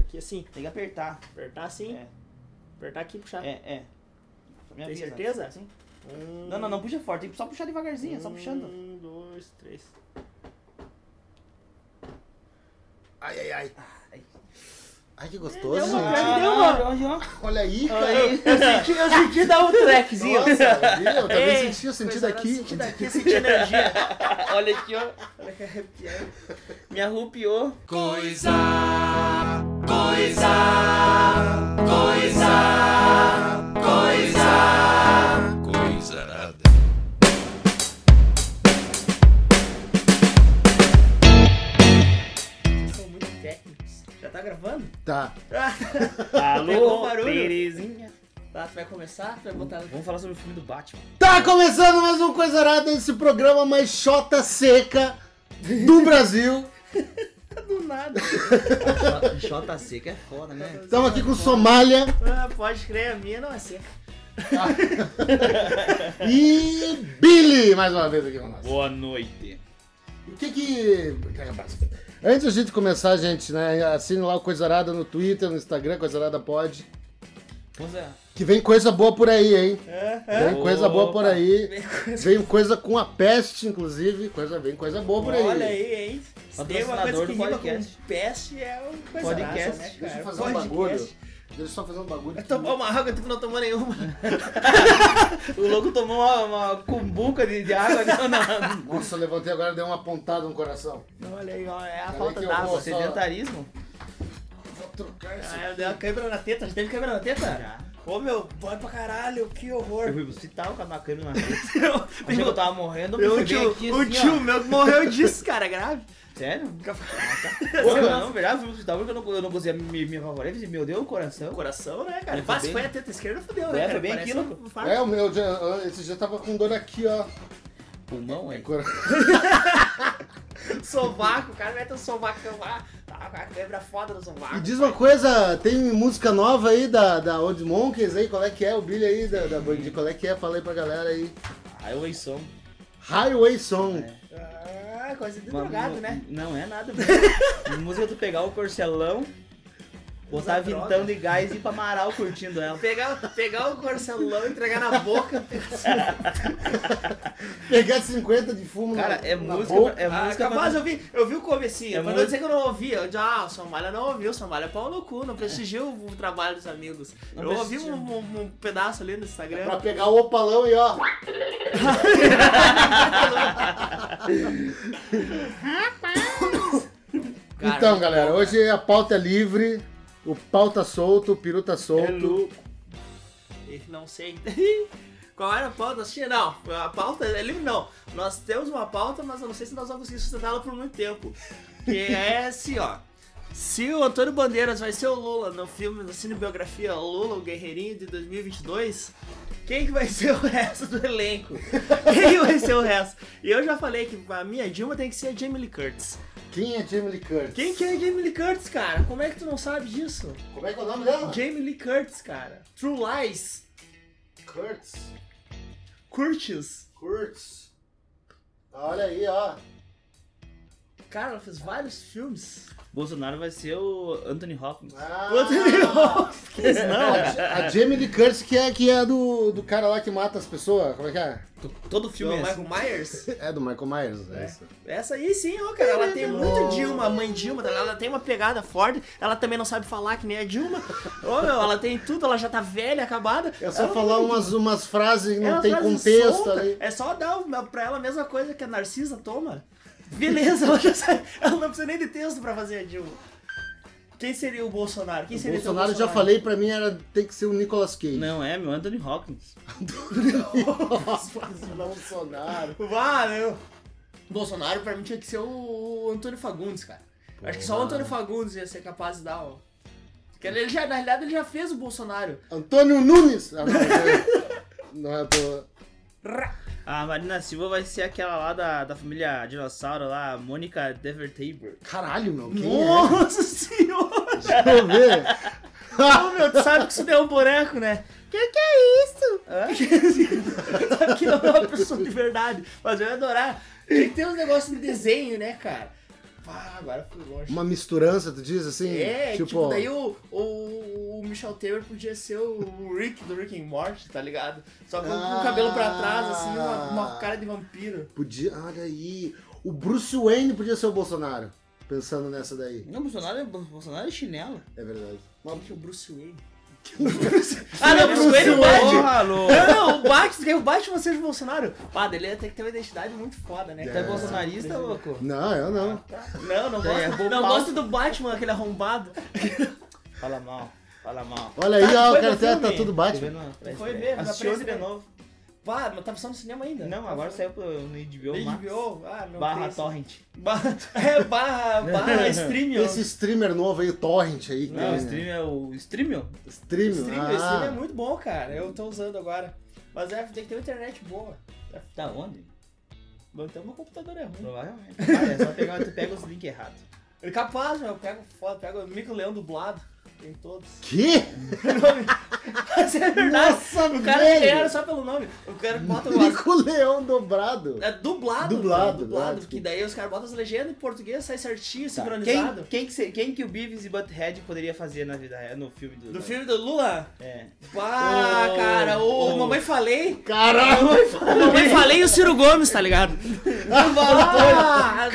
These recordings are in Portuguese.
aqui assim. Tem que apertar. Apertar assim. É, Apertar aqui e puxar. é, é. Me Tem avisa. certeza? Sim. Um, Não, não, não puxa forte. Tem que só puxar devagarzinho, só puxando. Um, dois, três. Ai, ai, ai. Ai, que Deu gostoso. uma, gente. deu uma. Olha, ó. Olha aí, cara. Aí, eu senti, eu senti dar um trackzinho. Nossa, viu? Eu também Ei, senti Tá. o sentido coisa aqui. Sentido aqui, senti energia. Olha aqui, ó. Olha que arrepiado. Me arrupiou. Coisa nada. São muito técnicos. Já tá gravando? Tá. Ah. Pegou o Alô, barulho? Terezinha. Tá, tu vai começar? Tu vai botar... Vamos falar sobre o filme do Batman. Tá começando mais um Coisa Arada, esse programa mais chota seca do Brasil. Do nada. Jota seca é foda, né? Estamos aqui com Somália Ah, pode crer, a minha não é seca. e Billy, mais uma vez aqui com nós. Boa noite. O que que... Antes da gente começar, gente, né, assine lá o Coisa Arada no Twitter, no Instagram, Coisa Arada Pod. Que vem coisa boa por aí, hein? É, Vem coisa boa por aí. Vem coisa com a peste, inclusive. Coisa, vem coisa boa por aí. Olha aí, hein? Se tem uma coisa Patrocinador que do rima podcast. com peste, é uma coisa Podcast. massa, né, cara? Deixa eu fazer um Podcast. Então bagulho. Deixa eu só fazer um bagulho. Vai tomar uma água, tu não tomou nenhuma. o louco tomou uma, uma cumbuca de, de água. Não, não. Nossa, eu levantei agora e dei uma pontada no coração. Olha aí, ó, é a Peraí falta que eu vou- d'água. Sedentarismo? Vou trocar isso. Ah, eu dei uma câmera na teta. Já teve câmera na teta? Ô meu, dói pra caralho, que Eu horror. fui pro hospital com a câmera na teta. Achei que eu tava morrendo. Meu eu tio, tio, aqui, um o assim, tio ó. meu que morreu disso, cara, grave. Sério? Porra, não, verdade, eu fui pro hospital porque eu não, eu não conseguia me, me apavorar. Eu pensei, Meu Deus, o O coração. coração, né, cara? Foi Quase bem- foi a teta esquerda, fudeu, É, né, foi cara? bem Parece aquilo. um fato. É, o meu, dia- esse dia tava com dor aqui, ó. Pulmão, é. Cora- um Sovaco, o cara mete um sovacão lá, tá com a câmera foda no sovaco. E diz uma coisa, tem música nova aí da, da Old Monkeys aí? Qual é que é? O Billy aí da, da Band, qual é que é? Fala aí pra galera aí. Highway Song. Highway Song. Ah, coisa de Uma- drogado, mu- né? Não é nada. música tu pegar o corcelão, botar Usar droga. vintão de gás e ir pra Amaral curtindo ela. Pegar, pegar o corcelão, entregar na boca. Pegar 50 de fumo Cara, na, é na música, boca. é Ah, música. capaz, pra- eu vi, eu vi o comecinho. É pra não muito- dizer que eu não ouvi, eu disse, ah, o Somália não ouviu, o Somália é pau no cu, não prestigia o o trabalho dos amigos. Não eu ouvi prestigia. um, um- um pedaço ali no Pra Instagram. pegar o opalão e ó. Cara, então, galera, hoje a pauta é livre, o pau tá solto, o peru É tá solto. Ih, Não sei. Qual era a pauta? Nós tinha- Não, a pauta é livre, não. Nós temos uma pauta, mas eu não sei se nós vamos conseguir sustentá-la por muito tempo. Que é assim, ó. Se o Antônio Bandeiras vai ser o Lula no filme, no cinebiografia Lula, o Guerreirinho de 2022, quem que vai ser o resto do elenco? Quem que vai ser o resto? E eu já falei que a minha Dilma tem que ser a Jamie Lee Curtis. Quem é Jamie Lee Curtis? Quem que é a Jamie Lee Curtis, cara? Como é que tu não sabe disso? Como é que é o nome dela? Jamie Lee Curtis, cara. True Lies. Curtis. Curtis. Curtis. Olha aí, ó. Cara, ela fez vários filmes. Bolsonaro vai ser o Anthony Hopkins. é. Ah, não, a Jamie Lee Curtis que é, que é do, do cara lá que mata as pessoas. Como é que é? Todo filme é assim. Michael Myers? É do Michael Myers. É. isso. Essa aí sim, ó, cara. Ela tem muito Dilma, a mãe Dilma, tá ligado? ela tem uma pegada forte, ela também não sabe falar que nem a Dilma. Ô meu, ela tem tudo, ela já tá velha, acabada. É só Ela- falar umas, umas frases que é não uma tem frase contexto solta, ali. É só dar uma- pra ela a mesma coisa que a Narcisa toma. Beleza, ela já sabe. Ela não precisa nem de texto pra fazer a Dilma. Quem seria o Bolsonaro? Quem O seria Bolsonaro, seu já falei pra mim, era tem que ser o Nicolas Cage. Não é, meu Anthony Hopkins. Bolsonaro. Valeu! Bolsonaro pra mim tinha que ser o Antônio Fagundes, cara. Acho que só o Antônio Fagundes ia ser capaz de dar um. Porque ele já, na realidade, ele já fez o Bolsonaro. Antônio Nunes. Ah, não, não é do... A Marina Silva vai ser aquela lá da, da família Dinossauro lá, Mônica Devertabor. Caralho, meu. Quem Nossa senhora! é? Deixa eu ver. Ô, meu, tu sabe que isso deu um boneco, né? Que que é isso? Hã? que não é uma pessoa de verdade. Mas eu ia adorar. Tem que ter uns negócios de desenho, né, cara? pá, agora fui longe. Uma misturança, tu diz assim? É, tipo, daí o, o, o Michel Temer podia ser o Rick do Rick and Morty, tá ligado? Só com, com o cabelo pra trás, assim, uma, uma cara de vampiro. Podia. Olha aí. O Bruce Wayne podia ser o Bolsonaro. Pensando nessa daí. Não, Bolsonaro, é- Bolsonaro é chinelo. É verdade. Como que é o Bruce Wayne? Ah, não, Bruce Wayne é bad. Porra, louco. Não, o Batman, o Batman seja o Bolsonaro. Pá, ele ia ter que ter uma identidade muito foda, né? Tu é bolsonarista, louco? Não, eu não. Não, não É, gosto. bom não pau. gosto do Batman, aquele arrombado. Fala mal, fala mal. Olha aí, ó, Tá, foi o cara tá no tem a filme. tatu do Batman. Foi ver, Assistiu aparece ontem de bem. novo. Pá, mas tá passando no cinema ainda. Não, agora saiu pro, no HBO, Max. HBO, ah, meu barra Deus. torrent. Barra, é, barra, barra streaming. Esse streamer novo aí, o Torrent aí. que Não, o tem, stream é o streamer. Né? Streamer. Stream, ah. stream é muito bom, cara. Eu tô usando agora. Mas é, tem que ter uma internet boa. Tá onde? Manter meu computador é ruim. Provavelmente. Tá. Cara, é só pegar, tu pega os links errados. É capaz, meu. Eu pego foda, pego o Mico Leão dublado. Tem todos. Que? Mas é verdade. Nossa, o cara é velho. ganharam só pelo nome. O cara bota o Nico Leão dobrado. É dublado. Dublado, Tá. cara, dublado. Porque daí os caras botam as legendas em português, sai certinho, Quem, sincronizado. quem, que se- quem que o Beavis e Butthead poderia fazer na vida real, no filme do... Do filme do Lula? É. Pá, Oh, cara, ô, oh. mamãe falei. Caralho. Mamãe falei e o Ciro Gomes, tá ligado? Ah,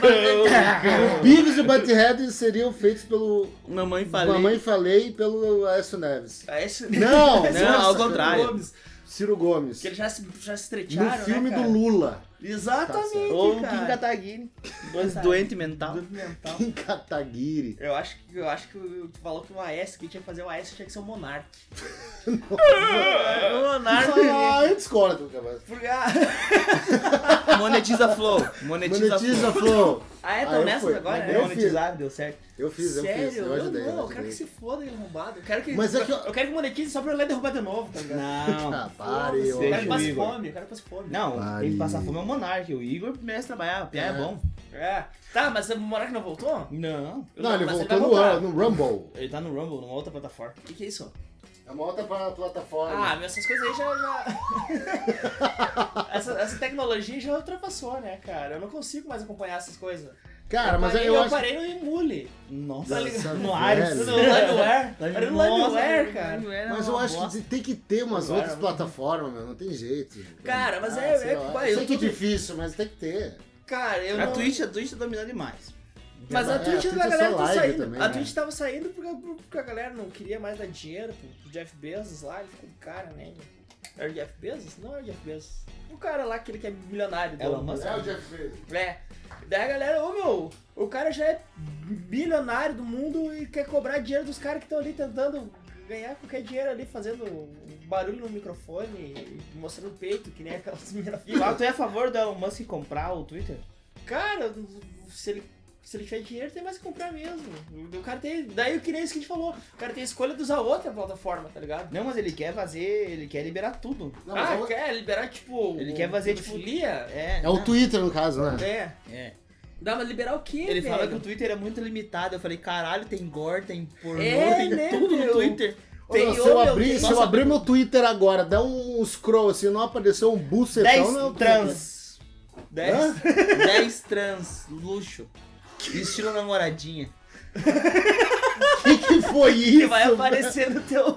O Beavis e o Butthead seriam feitos pelo Mamãe Mamãe Falei e pelo Aécio Neves. Ah, esse- Não, esse não, é o ao Ciro contrário. Gomes, Ciro Gomes. que eles já se, já se No tretearam, filme né, do Tá cara? Lula. Exatamente, Ou o Kim cara. Kataguiri. Dois doente mental. Do mental. Kim Kataguiri. Eu acho que eu acho que o- tu falou que o AS, que tinha que fazer o AS tinha que ser o Monark. o Monark. Ah, eu discordo, cara. Porque, ah, Monetiza Flow. Monetiza, Monetiza, Flow. Flow. ah, é, Ah, tão eu nessas fui. agora, Eu né? fiz. Monetizar, deu certo. Eu fiz, eu Sério? fiz. Eu ajudei. não, eu ajudei. quero que se foda ele arrombado. Eu quero que, Mas é que eu- eu quero que monetize só pra ele derrubar de novo, tá ligado? Não. Ah, pare, eu quero deixa que o passe Igor. fome, eu quero que passe fome. Não, Pare. ele passa fome é o Monark. O Igor merece trabalhar, o Pia é. É. bom. É. Tá, mas o Monark não voltou? Não. Não, ele Mas voltou vai no, voltar. Ru- no Rumble. Ele tá no Rumble, numa outra plataforma. O que, que é isso? É uma outra pra- plataforma. Ah, mas essas coisas aí já. já- essa, essa tecnologia já ultrapassou, né, cara? Eu não consigo mais acompanhar essas coisas. Cara, mas parei, eu, eu acho É, né? parei no Emule. Nossa, Tá ligado? no Ares. No Velho. Limeware. Tá ligado? Parei no Nossa, Limeware, cara. Limeware é Mas eu uma acho bosta. que tem que ter umas Agora, outras plataformas, meu. Não tem jeito. Cara, mas Ah, é- sei é- lá. pai, Eu eu sei que é tô- difícil, mas tem que ter. Cara, eu A não. Twitch, a Twitch tá dominando demais. Mas É, a a Twitch Twitch da é galera só tá live saindo. também, a né? Twitch tava saindo porque, porque a galera não queria mais dar dinheiro pro Jeff Bezos lá, ele ficou um cara, né? Era o Jeff Bezos? Não era o Jeff Bezos. O cara lá, aquele que é milionário. Elon dono. né? Musk? É o Jeff Bezos. É. Daí a galera, ô meu, o cara já é bilionário do mundo e quer cobrar dinheiro dos caras que estão ali tentando ganhar qualquer dinheiro ali, fazendo barulho no microfone, e mostrando peito, que nem aquelas meninas. E lá, tu é a favor do Elon Musk comprar o Twitter? Cara, se ele, se ele tiver dinheiro, tem mais que comprar mesmo. O cara tem. Daí que nem isso que a gente falou. O cara tem a escolha de usar outra plataforma, tá ligado? Não, mas ele quer fazer, ele quer liberar tudo. Não, mas ah, é o- quer liberar, tipo. Ele quer fazer, tipo, filia? É, É o Twitter. Twitter, no caso, né? É. É. Dá, mas liberar o quê? Ele velho? fala que o Twitter é muito limitado. Eu falei, caralho, tem gore, tem pornô, É, tem né, tudo meu? no Twitter. Ô, Tem, meu, se eu meu abrir, Deus. se eu Nossa, abrir meu Twitter agora, der um scroll assim, não apareceu um bucetão, 10 não. trans. Hã? 10 10 trans, luxo. Estilo namoradinha. Que que foi Que isso? vai É aparecer no teu.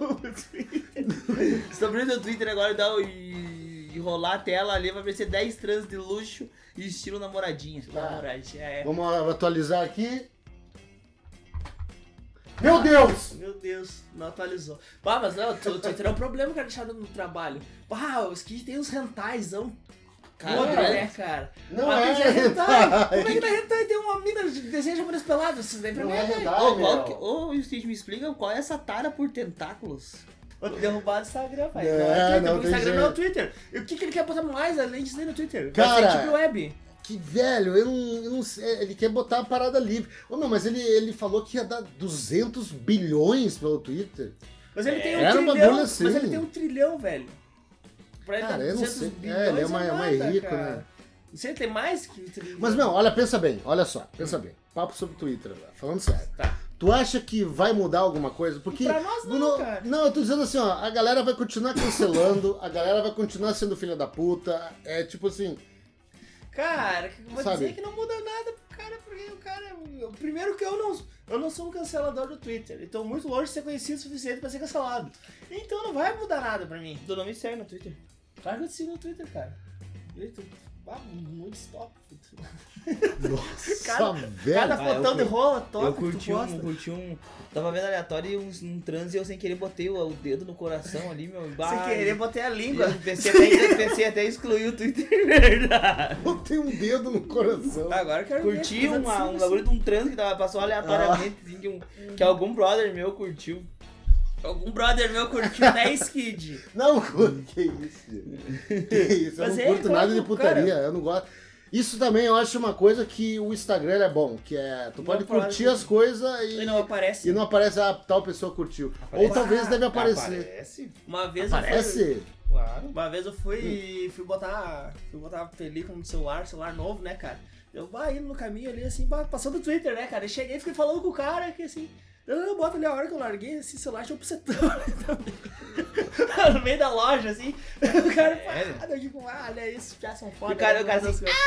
Se tu abrir o teu Twitter agora dá o- e, e rolar a tela ali, vai aparecer 10 trans de luxo e estilo namoradinha. Namoradinha, é. Vamos atualizar aqui. Meu Deus! Meu Deus, não atualizou. Bah, mas não, o Twitter é um problema, cara, deixar no trabalho. Bah, os que tem uns rentaisão. Podre, Caralho. né, cara? é. Não Mas é é hentai. hentai. Como é que na hentai tem uma mina de desenho japonês pelado? Isso daí pra Não mim é é hentai. hentai, Ô, meu. qual que, ô, Stitch, me explica qual é essa tara por tentáculos? Vou derrubar o Instagram, pai. Twitter, Não, não o tem Instagram não é o jeito. Twitter. E o que, que ele quer botar mais além disso aí no Twitter? Cara. Vai ser tipo web. Que velho, eu não, eu não sei. Ele quer botar a parada livre. Ô meu, mas ele, ele falou que ia dar 200 bilhões pelo Twitter. Mas ele tem um Era um trilhão. bagulho assim. Mas ele tem um trilhão, velho. Pra ele Cara, dar eu não 200 sei. É, bilhões ele é uma- uma nada, rico, cara. né? Não sei, tem mais que um trilhão. Mas meu, olha, pensa bem, olha só, pensa bem. Papo sobre Twitter agora, falando sério. Tá. Tu acha que vai mudar alguma coisa? Porque. Pra nós não, no- cara. Não, eu tô dizendo assim, ó, a galera vai continuar cancelando, a galera vai continuar sendo filha da puta. É tipo assim, Cara, eu vou Sabe? dizer que não muda nada pro Cara, porque o cara. é um- Primeiro que eu não, eu não sou um cancelador do Twitter. Então muito longe de ser conhecido o suficiente pra ser cancelado. Então não vai mudar nada pra mim. Tu não me segue no Twitter. Claro que eu te sigo no Twitter, cara. E tu- ah, muito stop. Nossa, Cada- velho. Cada vai, Ah, eu fotão de curti- rola, toca, eu que tu curti um, gosta. curti um. Tava vendo aleatório e um, um transe e eu sem querer botei o, o dedo no coração ali, meu. Sem bah, querer, botei a língua. Ah, eu pensei até, pensei até em excluir o Twitter, verdade. Eu tenho um dedo no coração. Tá. Ah, Agora eu quero ver Curti coisa de uma, cima, um bagulho de um trans que tava, passou aleatoriamente, assim, que, um- que algum brother meu curtiu. Algum brother meu curtiu 10 kid. Não, que isso. Que isso, eu Mas não é, curto claro, nada de putaria, cara. eu não gosto. Isso também eu acho uma coisa que o Instagram ele é bom, que é tu pode pode. curtir as coisas e, Ele não aparece. e não aparece ah, tal pessoa curtiu. Aparece. Ah, Ou talvez Ah, deve aparecer. Aparece? Uma vez eu Aparece? Hum. fui. Claro. Uma vez eu fui fui botar. Fui botar a película no celular, celular novo, né, cara? Eu bah, indo no caminho ali, assim, bah, passando o Twitter, né, cara? Eu cheguei e fiquei falando com o cara que assim. Eu, eu boto ali a hora que eu larguei esse celular, tinha um setão no meio da loja, assim. O cara, Sério? pá, eu digo, ah, olha isso, já são foda. E o cara- né, o cara essas assim, coisas.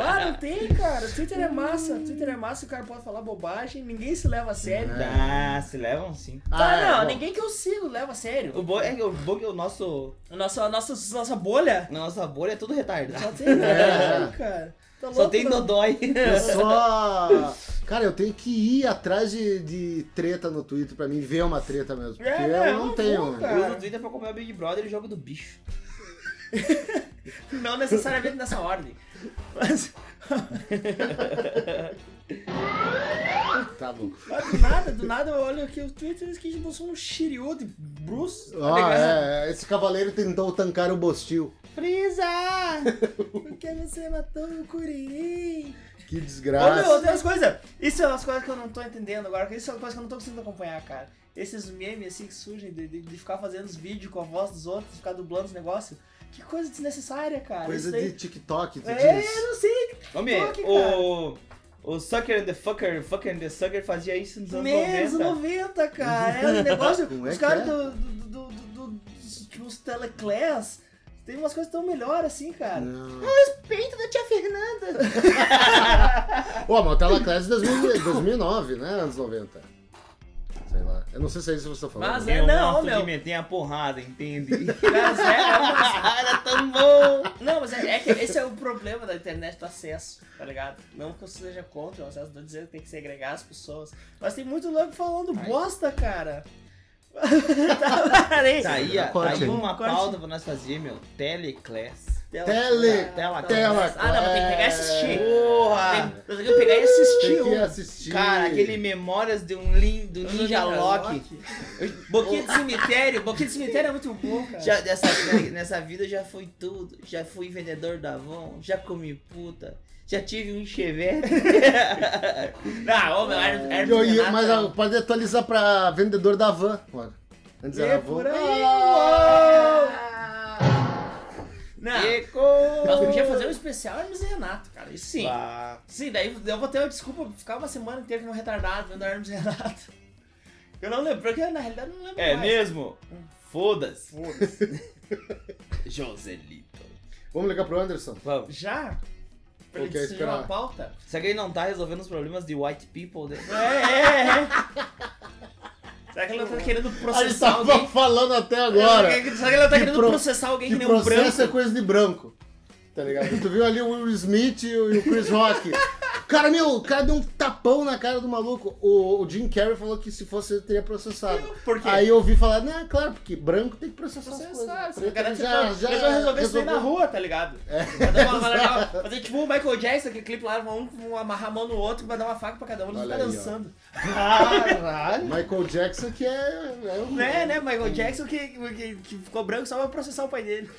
Ah, não tem, cara. Twitter é massa. Twitter é massa, o cara pode falar bobagem, ninguém se leva a sério. ah, se levam sim. Ah, é, não, bom. ninguém que eu sigo leva a O sério. bom é que o, bom é que o nosso, Nossa, nossa, nossa bolha nossa bolha é tudo retardado. só tem é. cara. Tá Só louco, tem não. Dodói. Eu só. Cara, eu tenho que ir atrás de, de treta no Twitter pra mim ver uma treta mesmo. Porque É, eu né, não não tenho. vou, cara. Eu uso o Twitter pra comer o Big Brother e o jogo do bicho. Não necessariamente nessa ordem. Mas, Tá bom. mas do nada, do nada eu olho aqui o Twitter e que eu sou um Shiryu de Bruce. tá Ah, ligado? é, esse cavaleiro tentou tancar o Bostil. Frieza! Porque você matou o Kuririn? Que Ô, desgraça. meu, tem umas coisas. Isso é umas coisas que eu não tô entendendo agora. que Isso é uma coisa que eu não tô conseguindo acompanhar, cara. Esses memes assim que surgem de, de- de ficar fazendo os vídeos com a voz dos outros, ficar dublando os negócios. Que coisa desnecessária, cara. Coisa Isso daí- de TikTok, tu É, diz. eu não sei. Homem, Fuck, o, o Sucker and the Fucker, Fucker and the Sucker fazia isso nos anos Menos 90. 90, cara. É um negócio. Como é os que caras é? do, do, do, do- do- dos- tipo, os teleclass. Tem umas coisas tão melhor assim, cara. Não. Peito da tia Fernanda. Pô, mas o Telaclass é 2000 2009, né? Anos 90. Sei lá. Eu não sei se é isso que você tá falando. Mas né? É, um não, monstro meu. de meter a porrada, entende? tá Mas é, é uma- Era tão bom! Não, mas é, é que esse é o problema da internet do acesso, tá ligado? Não que eu seja contra o acesso, tô dizendo que tem que segregar as pessoas. Mas tem muito louco falando bosta, cara. tá, parei. Tá aí, ó, tá Corte aí aí. uma Corte. pauta pra nós fazer, meu. Teleclass. Tela- Tele- Tela- Telaclass. Ah, não, mas tem que pegar e assistir. Porra! Tem, tem que pegar e assistir. Tem que um. assistir. Cara, aquele Memórias de um lin, do Ninja Loki. Boquinha de cemitério. Boquinha de cemitério é muito bom, cara. Já, nessa, nessa vida eu já fui tudo. Já fui vendedor da Avon, já comi puta, já tive um chevette. Não, ô, meu, Hermes- E Hermes eu- e eu- Renato, mas cara. ah, pode atualizar pra vendedor da van. Mano. Antes É era van. Ah, por aí, Ah! Não, nós Eco! podíamos fazer um especial Hermes e Renato, cara. Isso assim. sim. Bah. Sim, daí eu vou ter uma desculpa pra ficar uma semana inteira com um retardado vendo Hermes e Renato. Eu não lembro, porque na realidade eu não lembro É mais. mesmo? Foda-se. Joselito. Vamos ligar pro Anderson. Vamos. Já? Pra ele Ok, decidir espera é uma lá. pauta? Será que ele não tá resolvendo os problemas de white people? né? dele? É, é, é. Será que ele tá querendo A gente processar tava alguém? falando até agora. Será que ele tá Que querendo pro- processar alguém que, Que nem um branco? processo é coisa de branco. Tá ligado? Tu viu ali o Will Smith e o e o Chris Rock. Cara, meu, o cara deu um tapão na cara do maluco. O, o Jim Carrey falou que se fosse ele teria processado. Por quê? Aí eu ouvi falar, não, é claro, porque branco tem que processar. as Processar, coisas. você Preto garante que já, eu já vou resolver isso aí na resolveu. É. rua, tá ligado? Vai dar uma- vai dar uma- Fazer tipo o Michael Jackson, aquele clipe lá, um, um amarrar a mão no outro, vai dar uma faca pra cada um, não Olha ficar aí, ó. dançando. Caralho! Michael Jackson que é. é um- É, né? Michael Jackson que, que, que ficou branco só pra processar o pai dele.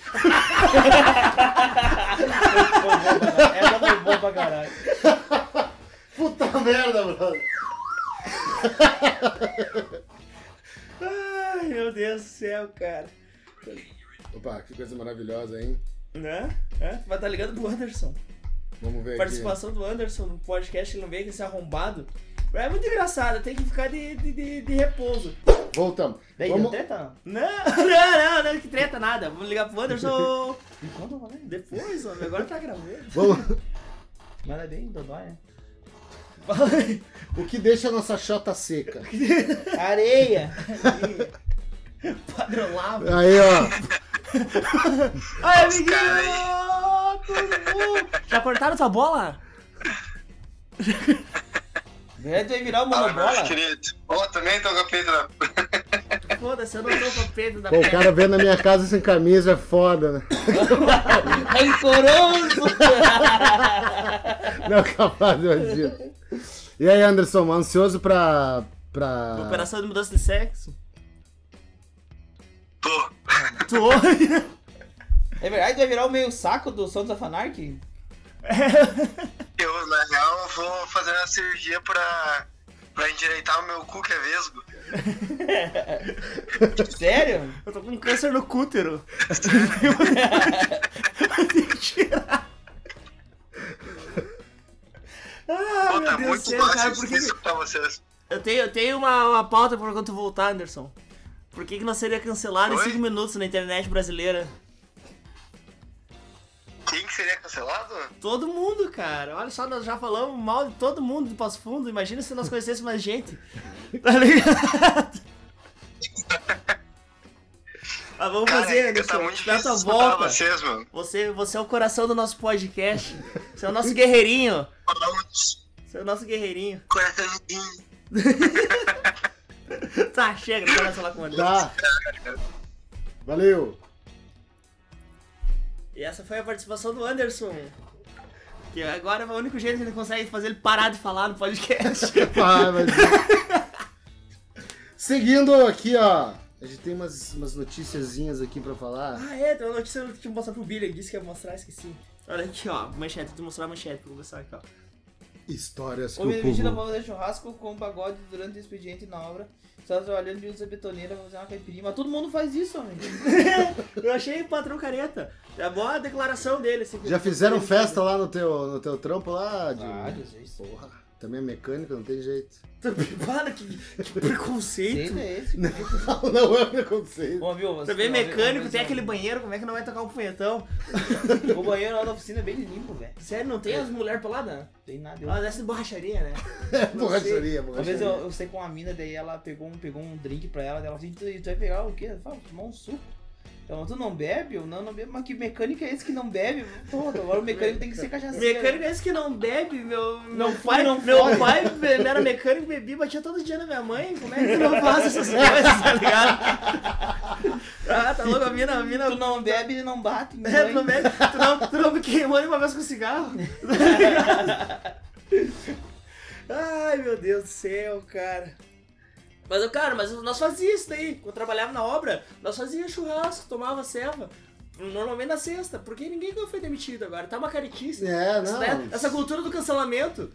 Essa foi boa pra caralho. Puta merda, brother. Ai, meu Deus do céu, cara. Opa, que coisa maravilhosa, hein? Né? É? Vai estar ligando pro Anderson. Vamos ver aqui. Participação do Anderson no podcast, ele não veio que esse arrombado. É muito engraçado, tem que ficar de, de, de- de repouso. Voltamos. Daí, tá. deu Vamos... treta? Não, não, não, não, que treta nada. Vamos ligar pro Anderson Me conta, falei. depois, homem. Agora tá gravando. Vamos... Mas é bem dodói, né? O que deixa a nossa chota seca? Areia! Padrão lava. Aí, ó. Ai, amiguinho! Tudo bom? Já cortaram sua bola? Velho, tu vai virar o Fala, meu monobola? querido. Ó, também tô com a pedra. Foda-se, eu não tô com o Pedro da Pô, o perna. cara vendo a minha casa sem camisa é foda, né? Rancoroso! Não, capaz, eu imagino. E aí, Anderson, ansioso pra. pra... Operação de mudança de sexo? Tô. Tu ouve? é verdade, tu vai virar o meio saco do Sons of Anarchy? Eu, na real, eu vou fazer uma cirurgia pra, pra endireitar o meu cu que é vesgo. Sério? Eu tô com um câncer no cútero. Eu tenho que tá tirar. Ah, Pô, meu tá Deus do muito céu, cara, baixo por o que que- risco pra vocês. Eu tenho, eu tenho uma, uma pauta pra quando tu voltar, Anderson. Por que, que nós seria cancelado Oi? em 5 minutos na internet brasileira? Quem que seria cancelado? Todo mundo, cara. Olha só, nós já falamos mal de todo mundo do Passo Fundo. Imagina se nós conhecêssemos mais gente. Tá ligado? Ah, vamos Cara, fazer, é que tá Anderson. muito Dá tua difícil escutar volta. vocês, mano. Você, você é o coração do nosso podcast. Você é o nosso guerreirinho. Falamos Você é o nosso guerreirinho. coraçãozinho. Tá, chega, não vai falar com o Anderson. Tá. Valeu. E essa foi a participação do Anderson. Que agora é o único jeito que ele consegue fazer ele parar de falar no podcast. Ah, mas- Seguindo aqui, ó. A gente tem umas, umas noticiazinhas aqui pra falar. ah, é, tem uma notícia que eu tinha que mostrar pro Billy. Ele disse que ia mostrar, esqueci. Olha aqui, ó, manchete. Vou te mostrar a manchete pra começar aqui, ó. Histórias que Homem o vestido povo... pra fazer churrasco com um pagode durante o expediente na obra. Só trabalhando de usa betoneira pra fazer uma caipirinha. Mas todo mundo faz isso, homem. Eu achei o patrão careta. É boa a declaração dele. assim, que- Já fizeram festa lá no teu, no teu trampo lá? De... Vários, isso. Porra, também é mecânica, não tem jeito. Para, que, que preconceito. Sempre é esse. Não, não é preconceito. Bom, viu, você- Também uma vez- é mecânico, uma tem vez- aquele banheiro, como é que não vai tocar um punhetão? O banheiro lá da oficina é bem limpo, velho. Sério, não tem as mulheres peladas? Tem nada. É. Eu... Elas descem de borracharia, né? É borracharia, Uma vez borracharia. eu, eu sei com uma mina, daí ela pegou um, pegou um drink pra ela, daí ela assim, tu, tu vai pegar o quê? Eu falo, tomar um suco. Ela, tu não bebe? Eu não, não bebo. Mas que mecânico é esse que não bebe? Pô, agora o mecânico tem que ser cachaceiro. Mecânico é esse que não bebe, meu, meu fuma, pai. não meu fode. pai be- era mecânico, bebia, batia todo dia na minha mãe. Como é que tu não faz essas coisas, tá ligado? Ah, tá louco, a mina, a mina. Tu não bebe e não bate. É, tu mãe. não bebe, tu não, tu não me queimou nenhuma vez com cigarro. Ai, meu Deus do céu, cara. Mas, eu- cara, mas nós fazíamos isso daí. Quando eu trabalhava na obra, nós fazíamos churrasco, tomava serva. Normalmente na sexta, porque ninguém foi demitido agora. Tá uma caretice. É, Isso, não. né? Essa cultura do cancelamento.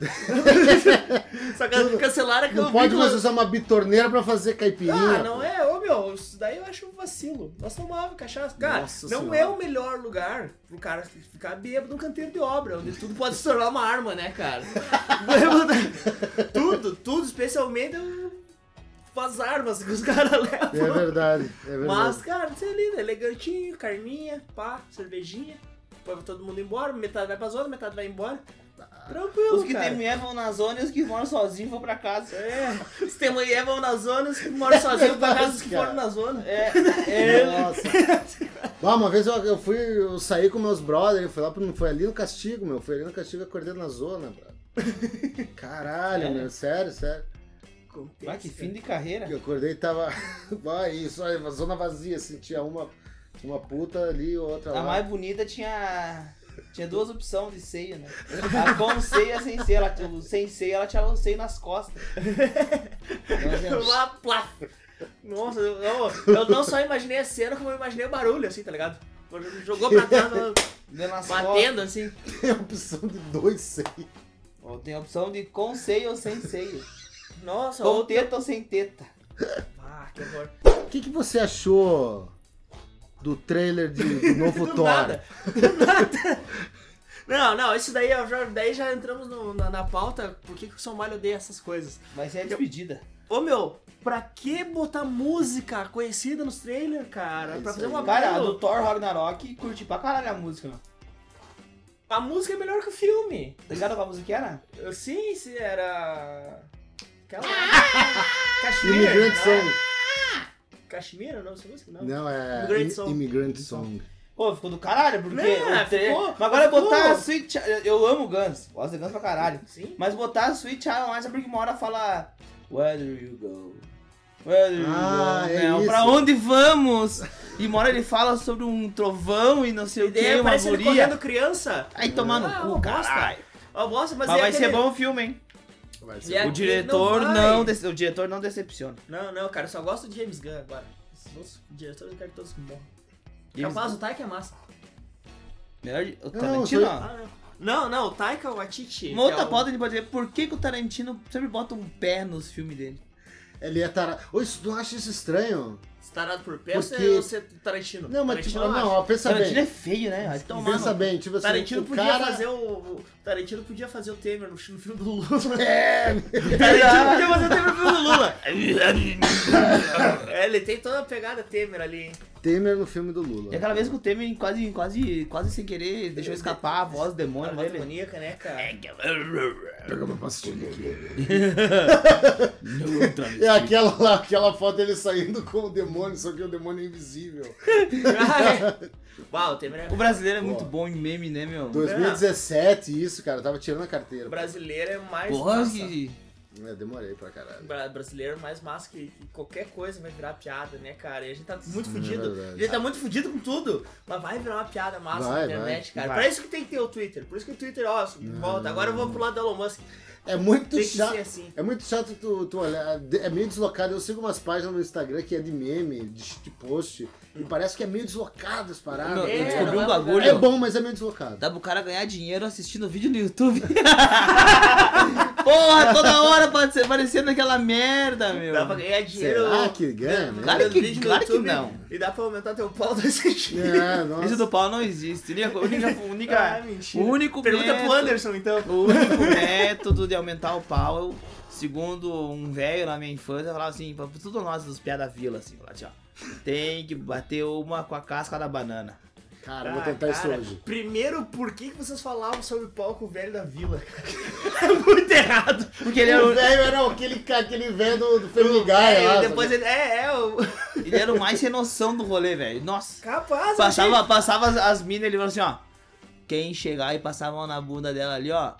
Só que cancelaram que eu Não vi pode que- mais usar uma bitorneira pra fazer caipirinha. Ah, não é? Ô meu, isso daí eu acho um vacilo. Nós tomávamos cachaça. Cara, Nossa não Senhora. é o melhor lugar pro cara ficar bêbado num canteiro de obra, onde tudo pode se tornar uma arma, né, cara? Bêbado- tudo, tudo, especialmente as armas que os caras É levam. verdade, é verdade. Mas, cara, você é lindo, elegantinho, carninha, pá, cervejinha. Põe todo mundo embora, metade vai pra zona, metade vai embora. Tranquilo, Os que cara. tem mulher vão na zona e os que moram sozinhos vão pra casa. É, os que tem mulher vão na zona, os que moram sozinhos pra casa, os que Cara. foram na zona. É, Nossa. Bah, uma vez eu, eu fui, eu saí com meus brothers, eu fui lá pro, foi ali no castigo, meu. Foi ali no castigo e acordei na zona, bro. É. Caralho, meu, sério, sério. Acontece, Vai, Ah, que cara. fim de carreira. Eu acordei e tava. Bah, isso, aí, uma zona vazia, assim, tinha uma, uma puta ali e outra A Tá lá. mais bonita tinha. Tinha duas opções de ceia, né? A com ceia e a sem ceia. Ela, o sem ceia, ela tinha o ceio nas costas. Então, assim, Lá, plá. Nossa, eu, eu- eu não só imaginei a cena, como eu imaginei o barulho, assim, tá ligado? Jogou pra trás, Deu nas batendo, assim. Tem a opção de dois sei. costas. Ou Tem a opção de com ceia ou sem ceia. Nossa, Com ou... teta ou sem teta. Ah, que horror. O que, que você achou do trailer de, do novo Do Thor? nada. Do nada. Não, não, isso daí, eu já, daí já entramos no- na, na pauta. Por que, que o Somália odeia essas coisas? Mas é a despedida. Ô meu, pra que botar música conhecida nos trailers, cara? É pra isso fazer aí. uma Cara, a do Thor Ragnarok curti pra caralho a música, mano. A música é melhor que o filme. Tá ligado qual a música que era? Eu- Sim, se era. Ah! Aquela. Caxemira. Imigrante Song. Caxemira, não, essa música não. Não, é. Imigrant Imigrante Song. Song. Pô, ficou do caralho, porque. Né, o tre- ficou, Mas agora é ficou. botar a Sweet Child. eu- Eu amo Guns. Gosto de Guns pra caralho. Sim. Mas botar a Sweet Child Online, porque uma hora fala. Where do you go? Where do you Ah, go? é Não, isso. pra onde vamos? E uma hora ele fala sobre um trovão e não sei E o daí que, uma aparece ele guria. correndo criança. Aí tomar Ah, no uma cu, bosta. caralho. Ó, nossa, mas, Mas, é vai aquele- ser bom o filme, hein? Vai E ser. é- O Aqui diretor não vai. não, dece- o diretor não decepciona. Não, não, cara, eu só gosto de James Gunn agora. Esses outros diretores eu quero que todos morram. James Capaz, o Taika é massa. Melhor de- o Não, Tarantino. foi- ó. Ah, não. Não, não, o Taika Waititi. Uma que outra é o- pauta a gente pode ver por que, que o Tarantino sempre bota um pé nos filmes dele. Ele é tarado. Ô, isso, tu não acha isso estranho? Você Tarado por peça Porque- ou você é Tarantino? Não, mas tipo, Tarantino eu não, acho. ó, pensa Tarantino é bem. feio, né? Vai tomar Pensa no- bem, tipo assim. Tarantino o podia cara... fazer o. o Tarantino podia fazer o Temer no filme do Lula. É, Tarantino podia fazer o Temer no filme do Lula. tá- é, ele tem toda a pegada Temer ali, hein? Temer no filme do Lula. E aquela vez que o Temer quase, quase, quase sem querer deixou escapar a voz do Uma demônio dele. maníaca, né, cara? Pega meu pastilha aqui. É aquela lá, aquela foto dele saindo com o demônio, só que o demônio é invisível. Uau, o Temer é. O brasileiro é muito bom em meme, né, meu? 2017, isso, cara, eu tava tirando a carteira. O brasileiro é mais. Porra, massa. que... É, demorei pra O caralho. bra- brasileiro é mais massa que, que qualquer coisa vai virar piada, né, cara? E a gente tá muito Sim, é fudido. verdade. a gente tá muito fudido com tudo, mas vai virar uma piada massa Vai, na internet, vai. cara. Vai. Pra isso que tem que ter o Twitter. Por isso que o Twitter, ó, volta. Agora eu vou pro lado do Elon Musk. É muito Tem que chato. ser assim. É muito chato tu, tu olhar, de- é meio deslocado. Eu sigo umas páginas no Instagram que é de meme, de, de post, e parece que é meio deslocado as paradas. né? Não, É, eu descobri não um é bagulho. Ah, É bom, mas é meio deslocado. Dá pro cara ganhar dinheiro assistindo vídeo no YouTube. Porra, toda hora pare- parecendo aquela merda, meu. Dá pra ganhar dinheiro. Será que ganha? né? Claro que- vídeo no claro que YouTube não. E dá pra aumentar teu pau dois centímetros. É, Isso nossa. do pau não existe. né? Única, única, Ah, única, o mentira. único Pergunta pro método- Anderson, então. O único método de aumentar o pau, eu- segundo um velho na minha infância, falava assim, pra tudo nós dos piá da vila, assim, falava assim, ó. Tem que bater uma com a casca da banana. Cara, vou tentar Ah, isso cara, hoje. Primeiro, por que que vocês falavam sobre o palco velho da vila? É muito errado. Porque ele era, é O o- velho era aquele, ca- aquele velho do, do Fermigai é, lá. depois ele. É, é, o. ele era o mais sem noção do rolê, velho. Nossa. Capaz, Passava, passava as, as minas, ele falou assim, ó. Quem chegar e passar a mão na bunda dela ali, ó.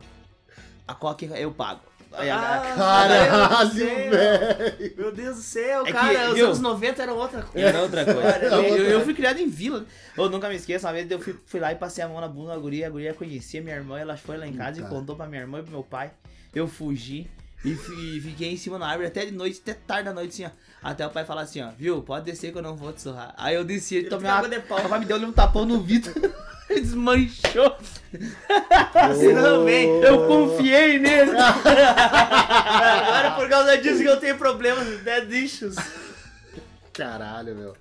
A coca eu pago. Aí, a- Caralho, velho. Meu Deus do céu, É que, cara, os viu? anos 90 eram outra coisa. Era outra coisa. Era Eu, outra eu fui criado em vila. Eu nunca me esqueço, uma vez eu fui, fui lá e passei a mão na bunda da guria, a guria conhecia minha irmã, ela foi lá em casa Tá. e contou pra minha irmã e pro meu pai. Eu fugi e fi- fiquei em cima da árvore até de noite, até tarde da noite, assim, ó. Até o pai falar assim, ó, viu, pode descer que eu não vou te surrar. Aí eu desci e Ele tomei te uma... cagou de pau. O pai me deu um tapão no vidro. Desmanchou. Você também. Eu confiei nele. Agora, por causa disso que eu tenho problemas de né, dead issues. Caralho, meu.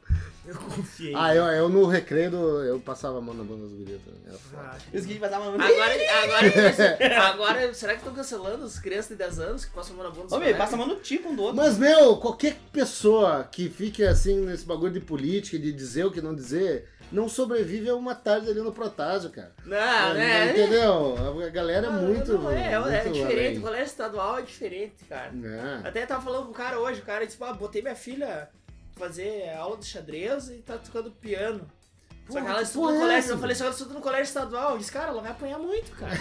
Eu confiei. Ah, eu, eu no recreio do- eu passava a mão na bunda dos bilhetes. Era foda. Ah. Eu esqueci de passar a mão no Agora, agora, agora, será que estão cancelando as crianças de 10 anos que passam a mão na bunda dos Ô, meu, colegas? passa a mão no tico um do outro. Mas, meu, qualquer pessoa que fique assim nesse bagulho de política, de dizer o que não dizer, não sobrevive a uma tarde ali no Protásio, cara. Não, né? Entendeu? A galera é muito. Não, é, muito é diferente. além. O colégio estadual é diferente, cara. É. Até tava falando com o cara hoje, o cara disse, ah, botei minha filha fazer aula de xadrez e tá tocando piano. Só que Porra, ela que estuda porra no é colégio, essa? eu falei, só que ela estuda no colégio estadual. Eu disse, cara, ela vai apanhar muito, cara.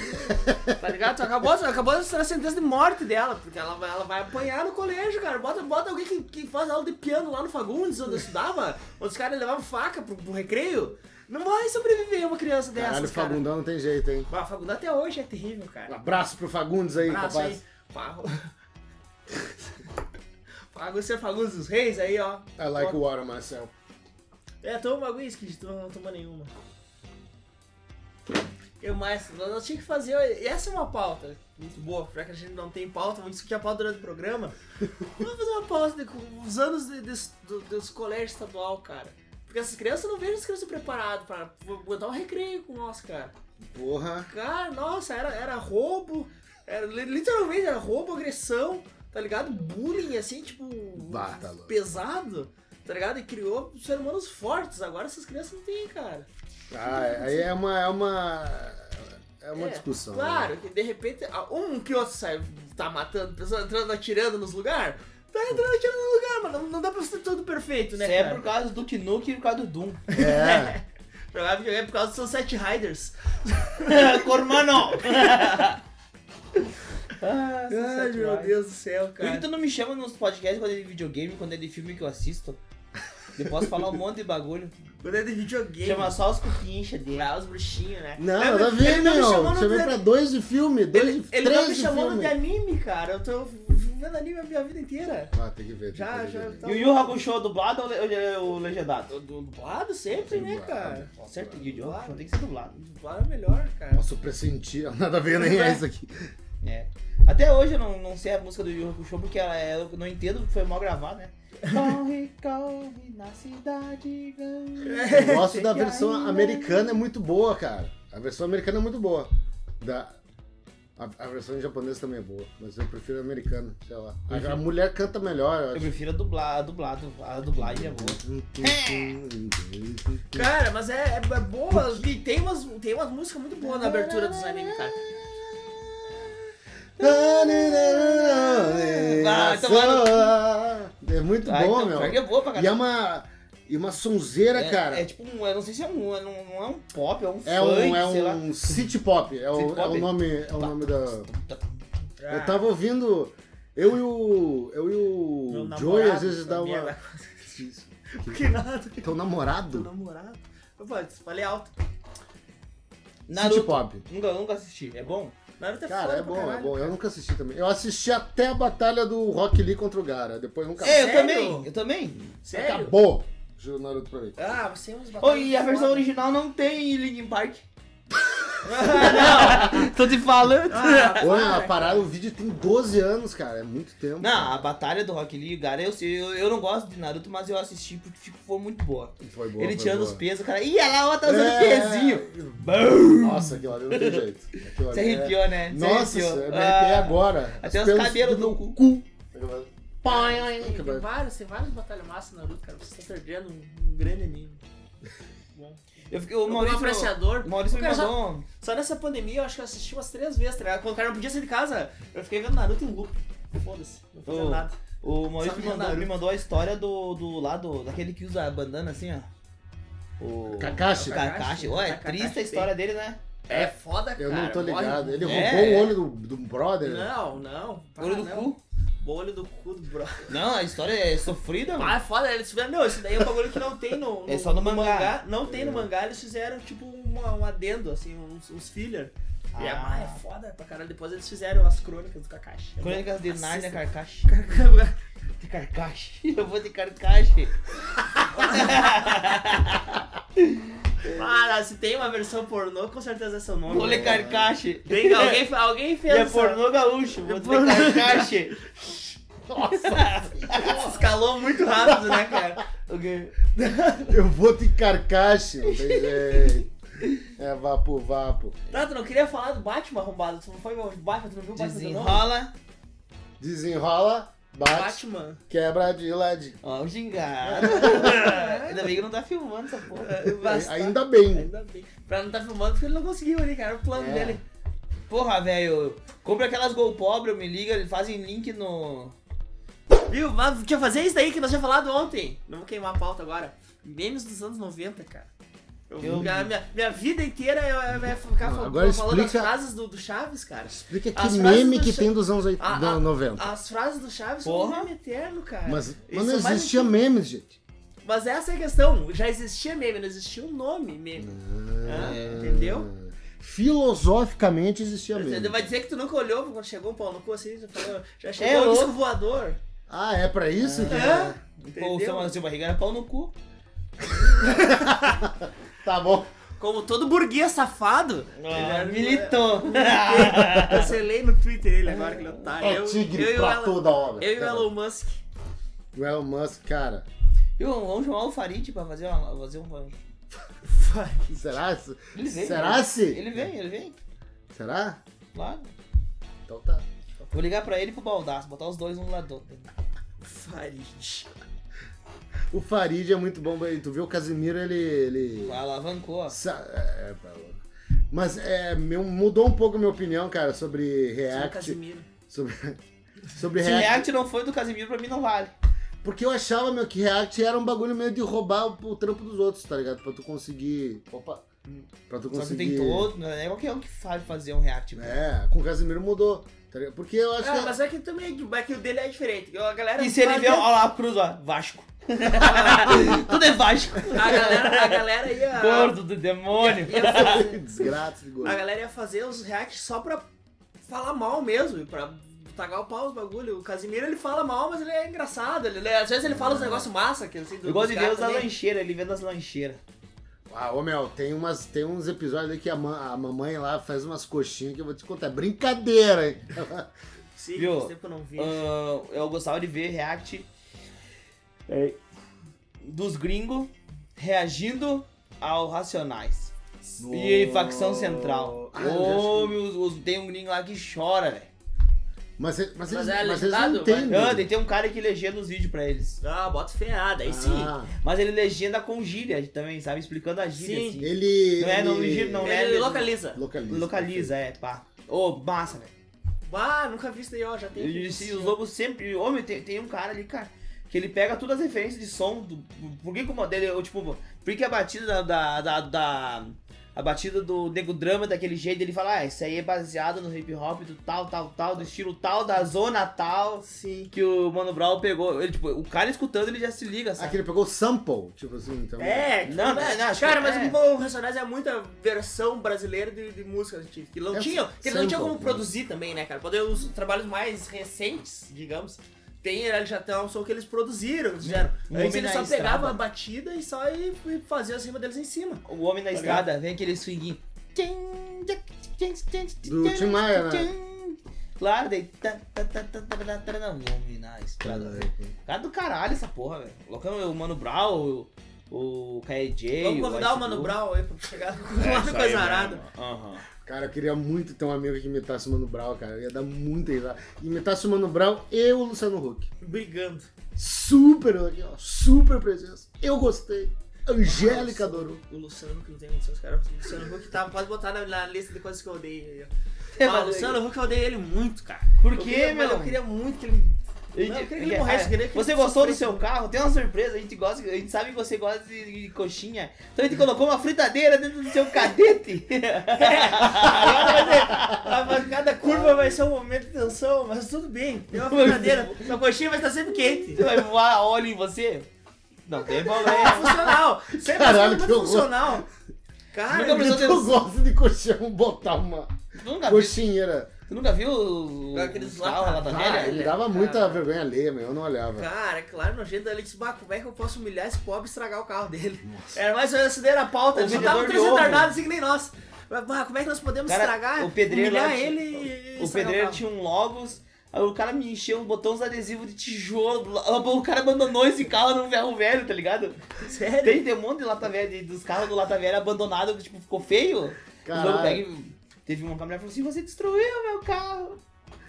tá ligado? Tu acabou, tu acabou de ser a sentença de morte dela, porque ela, vai- ela vai apanhar no colégio, cara. Bota, bota alguém que, que faz aula de piano lá no Fagundes, onde eu estudava, onde os caras levavam faca pro, pro recreio. Não vai sobreviver uma criança dessa. Caralho, cara. Fagundão não tem jeito, hein? Ah, Fagundes até hoje é terrível, cara. Um abraço pro Fagundes aí, Abraço rapaz. aí. Pago. Pago seu Fagundes dos Reis aí, ó. I like water myself. É, toma uma aguinha, Skid, tu não toma nenhuma. Eu mais, nós, nós tínhamos que fazer. e Essa é uma pauta muito boa, já que a gente não tem pauta, vamos discutir a pauta durante o programa. Vamos fazer uma pauta de, com os anos de, desse- do- dos colégios estadual, cara. Porque essas crianças eu não vejo as crianças preparadas pra botar um recreio com nós, cara. Porra. Cara, nossa, era, era roubo. Era, li- literalmente era roubo, agressão, tá ligado? Bullying, assim, tipo. Bah, tá louco. pesado, tá ligado? E criou seres humanos fortes. Agora essas crianças não têm, cara. Ah, é- aí é uma. É uma, é uma É, discussão. Claro, que de repente, a- um que outro sai, tá matando, pessoa entrando atirando nos lugares. Tá entrando atirando no lugar, mas não, não dá pra ser tudo perfeito, né? Isso é cara? por causa do Duke Nuke e por causa do Doom. né? É. Jogar videogame por causa dos Sunset Riders. Cormano! ah, Ai, Sunset meu Riders. Deus do céu, Por que cara. tu não me chama nos podcasts quando é de videogame, quando é de filme que eu assisto? Eu posso falar um monte de bagulho. Quando é de videogame. Chama só os cupincha dele. Lá os bruxinhos, né? Não, Lembra- nada a ver, ele não me chamou meu. no Chamei de- pra dois de filme, dois Ele, de ele três não me de chamou no filme. de anime, cara. Eu tô vendo anime a minha vida inteira. Ah, tem que ver. tem que Já, ver, já, tem que ver. tá. E o Yu Hakusho dublado ou, le- ou le- ou legendado? Tô dublado sempre, né, Dublado. cara? Com certeza, o Yu Hakusho tem que ser dublado. Dublado é melhor, cara. Nossa, eu pressenti. Nada a ver, nem é isso aqui. É. Até hoje eu não, não sei a música do Yu Hakusho porque ela, é- eu não entendo, foi mal gravada, né? Corre, corre na cidade grande. Eu gosto da Sei que versão ainda- americana, é muito boa, cara. A versão americana é muito boa. Da... A, a versão em japonesa também é boa, mas eu prefiro a americana, sei lá. A, Uhum. a mulher canta melhor, eu Eu acho. prefiro a dublar, a dublado, a dublagem é boa. Cara, mas é, é, é boa. E tem umas, tem umas músicas muito boas na abertura dos animes, cara. Ah, então vai É muito Ah, bom, então, meu. pior que é boa pra E é caralho. uma. E uma sonzeira, é, cara. é tipo um, eu não sei se é um, é um- não é um pop, é um É funk, um, é sei lá. um city pop. É, City o, é pop? o nome, é o nome da. Ah, Eu tava ouvindo. Eu e o. Eu e Meu o Joey namorado, às vezes dá minha- uma. Que nada. Teu Teu namorado? namorado. Opa, falei alto. Naruto. City pop. Nunca, nunca assisti. É bom? Naruto é Cara, foda é pra bom, é caralho. bom. Eu nunca assisti também. Eu assisti até a batalha do Rock Lee contra o Gara. Depois nunca É, eu Sério? também, eu também. Sério? Acabou! Juro Naruto pra mim. Ah, você é uns Oh, batalhas e a foda. versão original não tem Linkin Park. Ah, Tô te falando. Ah, não. Olha, a parada, o vídeo tem 12 anos, cara. É muito tempo. Não, a batalha do Rock Lee, cara, eu, sei, eu, eu não gosto de Naruto, mas eu assisti porque ficou foi muito boa. Foi boa, Ele foi tirando boa. É. os pesos, cara. Ih, olha lá, ela tá usando pezinho. Nossa, aquilo ali não tem jeito. Aquilo Você ali é- arrepiou, né? Você Nossa, arrepiou. eu me arrepiei Ah, agora. Até os pelos cabelos do do meu cu. cu. Tem, tem vários, tem vários batalhas massa no Naruto, cara. Você tá perdendo um, um grande anime. Eu fiquei, o Eu fui um Maurício, apreciador. o Maurício me Cara, só- mandou um... Só nessa pandemia eu acho que eu assisti umas três vezes, tá ligado? Quando o cara não podia sair de casa, eu fiquei vendo Naruto em loop. Foda-se, não fazia Oh. nada. O Maurício Sabe me mandou, Naruto? me mandou a história do, do lado, daquele que usa a bandana assim, ó. O Kakashi. O Kakashi. Ó, é Kakashi, triste a sim. história dele, né? É foda, cara. Eu não tô morre- Né? ligado. Ele É. roubou o olho do, do brother. Não, não. Pá, Olho do não. cu. Olho do cu do bro. Não, a história é sofrida, mano. Ah, é foda, eles fizeram. Meu, isso daí é um bagulho que não tem no. É só no mangá. Não tem no É. mangá, eles fizeram tipo uma- um adendo, assim, uns, uns filler. E é, Ah. ah, é foda pra caralho. Depois eles fizeram as crônicas né, do Kakashi. Crônicas de Assista. Narnia Kakashi. De Kakashi. Eu vou de Kakashi. Ah, se tem uma versão pornô, com certeza é seu nome. Vou de Kakashi. Tem- alguém, alguém E fez. é essa- pornô gaúcho. Vou É de pornô. Kakashi. Escalou muito rápido, né, cara? Ok. Eu vou te carcaxe, não tem jeito. É vapo, vapo. Não, Tá, tu não queria falar do Batman arrombado. Tu não foi o Batman, tu não viu o Batman do novo? Desenrola. Desenrola, bate, Batman. quebra de ladinho. Ó, o gingado. Ainda bem que não tá filmando essa porra. Basta- Ainda bem. Ainda bem. Pra não tá filmando, porque ele não conseguiu ali, cara. O plano É. dele. Porra, velho. Compra aquelas Gol Pobre, me liga, fazem link no. Viu? Mas tinha que fazer isso daí que nós tínhamos falado ontem. Não vou queimar a pauta agora. Memes dos anos 90, cara. Eu, Eu- a minha, minha vida inteira eu, eu, eu ia ficar Não, fal- agora falando das explica- frases do, do Chaves, cara. Explica que As frases meme do que Cha- tem dos anos oit- Ah, do- ah, 90. As frases do Chaves Porra. são um meme eterno, cara. mas mas Isso não é mais existia antigo. memes, gente. Mas essa é a questão. Já existia meme, não existia um nome meme. Ah, entendeu? Filosoficamente existia Você vai meme. dizer que tu nunca olhou quando chegou um pau no cu assim, já, falou, já É chegou um disco louco. voador. Ah, é pra isso? que- É? Pô, o seu, Entendeu? o seu assim, barriga era pau no cu. Tá bom. Como todo burguês safado, ele Ah, era- militou. Cancelei é. no Twitter ele agora, que ele é otário. É eu, tigre eu e o pra Elon- toda obra. Eu e o Tá bom. Elon Musk. O Elon Musk, cara. Viu? Vamos chamar o Farid pra fazer, uma, fazer um. Será? Ele vem. Será ele, se? Ele vem, ele vem. Será? Claro. Então tá. Vou ligar pra ele e pro Baldaço, botar os dois um lado do outro. Farid. O Farid é muito bom, velho. tu viu o Casimiro, ele. ele... Alavancou, ó. Sa- é, é, tá louco. Mas é, meu- mudou um pouco a minha opinião, cara, sobre Sou o React. Casimiro. Sobre, sobre Se React. React não foi do Casimiro, pra mim não vale. Porque eu achava, meu, que React era um bagulho meio de roubar o, o trampo dos outros, tá ligado? Pra tu conseguir. Opa! Pra tu Só que tem conseguir. todo, não é qualquer um que sabe fazer um React. né? É, com o Casimiro mudou. tá ligado? Porque eu acho Ah, que. mas é que também é que o dele é diferente. A galera E se ele faz- vier, olha lá, Cruz, ó, Vasco. Tudo é Vasco. A galera, a galera ia. Gordo do demônio. ia fazer- Desgraça de gordo. A galera ia fazer os reacts só pra falar mal mesmo, e pra tagar o pau os bagulho. O Casimiro ele fala mal, mas ele é engraçado. Ele, às vezes ele fala uns negócios massa, que assim, do, Eu gosto de dos ver caras os da também. lancheira, ele vendo as lancheiras. Ah, ô Mel, tem, umas, tem uns episódios aí que a, ma- a mamãe lá faz umas coxinhas que eu vou te contar. É brincadeira, hein? Sim, Viu? faz tempo que eu não vi. Ah, eu gostava de ver react É. dos gringos reagindo ao Racionais. E facção central. Ah, eu já Ô, acho meu, os- tem um gringo lá que chora, velho. Mas, e- mas, eles, é mas eles legendado, não entendem. Ah, tem- tem um cara que legenda os vídeos pra eles. Ah, bota feada, aí sim. Ah, Mas ele legenda com gíria também, sabe? Explicando a gíria, Sim. assim. ele. Não é, não, ele... legítimo, não. ele, é mesmo. localiza. Localiza. Localiza, é, pá. Ô, massa, velho. Ah, nunca vi isso daí, ó, já tem. E se os lobos sempre. Homem, tem, tem um cara ali, cara, que ele pega todas as referências de som. Do, por que que o modelo. eu, Tipo, por que a batida da. da, da- da- a batida do Nego Drama é daquele jeito, ele fala, ah, isso aí é baseado no hip hop do tal, tal, tal, do estilo tal, da zona tal. Sim. Que o Mano Brown pegou. Ele, tipo, o cara escutando, ele já se liga, Ah, sabe? que ele pegou sample, tipo assim, então. É, Não, tipo, não, não, acho cara, que- mas é. o o Racionais é muita versão brasileira de, de música, gente, que um não É tinha, que não sample, tinha como né? produzir também, né, cara? Poder os trabalhos mais recentes, digamos, tem ele já tem um som que eles produziram, eles fizeram. Um homem Antes eles na só estrada. pegavam a batida e só e, e faziam as rimas deles em cima. O homem Tá na ligado? estrada, vem aquele swinguinho. Do Tim Maia, né? Claro, daí. tá, tá, tá, tá, tá, tá, tá, Não, o homem na estrada. velho. Cara do caralho essa porra, velho. Colocando o Mano Brown, o, o KJ. Vamos convidar o Mano Brown. Brown aí pra chegar com É, o lado coisa arada. Aham. Cara, eu queria muito ter um amigo que imitasse o Mano Brown, cara. Ia dar muita risada. Imitasse o Mano Brown e o Luciano Huck. Brigando. Super, aqui, ó, super presença. Eu gostei. Angélica adorou. O Luciano Huck não tem condições, cara. O Luciano Huck tá, pode botar na, na lista de coisas que eu odeio. aí, ó. Ah, o Luciano Huck eu odeio ele muito, cara. Por Eu quê, queria- mas meu? Eu queria muito que ele. Ele- Não, eu queria que ele- ele é morresse, ah, eu queria que Você ele gostou do sofresse. né? seu carro? Tem uma surpresa, a gente gosta, a gente sabe que você gosta de, de coxinha. Então a gente colocou uma fritadeira dentro do seu cadete. Ah, mas Cada curva vai ser um momento de tensão, mas tudo bem. É uma brincadeira. Sua coxinha vai estar sempre quente. Você vai voar óleo em você? Não tem É problema. funcional. Sempre Caralho, Caralho, que horror. funcional. Cara, Nunca eu- precisou Eu gosto de coxão botar uma Tu nunca viu, coxinheira. tu nunca viu o- Aqueles o carro, a lata lata- Ah, velha? ele dava muita vergonha alheia, meu. Eu não olhava. cara, é claro, nojento. Ele disse, bah, como é que eu posso humilhar esse pobre e estragar o carro dele? Era mais ou menos assim, daí era a pauta. O Ele só vendedor tava de três ovo. retardados assim que nem nós. Mas, bah, como é que nós podemos Cara, estragar, o pedreiro humilhar lá tinha- ele e O estragar pedreiro tipo- tinha carro? um Logos, aí o cara me encheu, botou uns adesivos de tijolo. lá, O cara abandonou esse carro num ferro velho, tá ligado? Sério? Tem, tem um monte de lata velha, de- dos carros do lata velha abandonado que tipo, ficou feio. Os Caralho. loucos pegam e- Teve uma câmera e falou assim: você destruiu meu carro.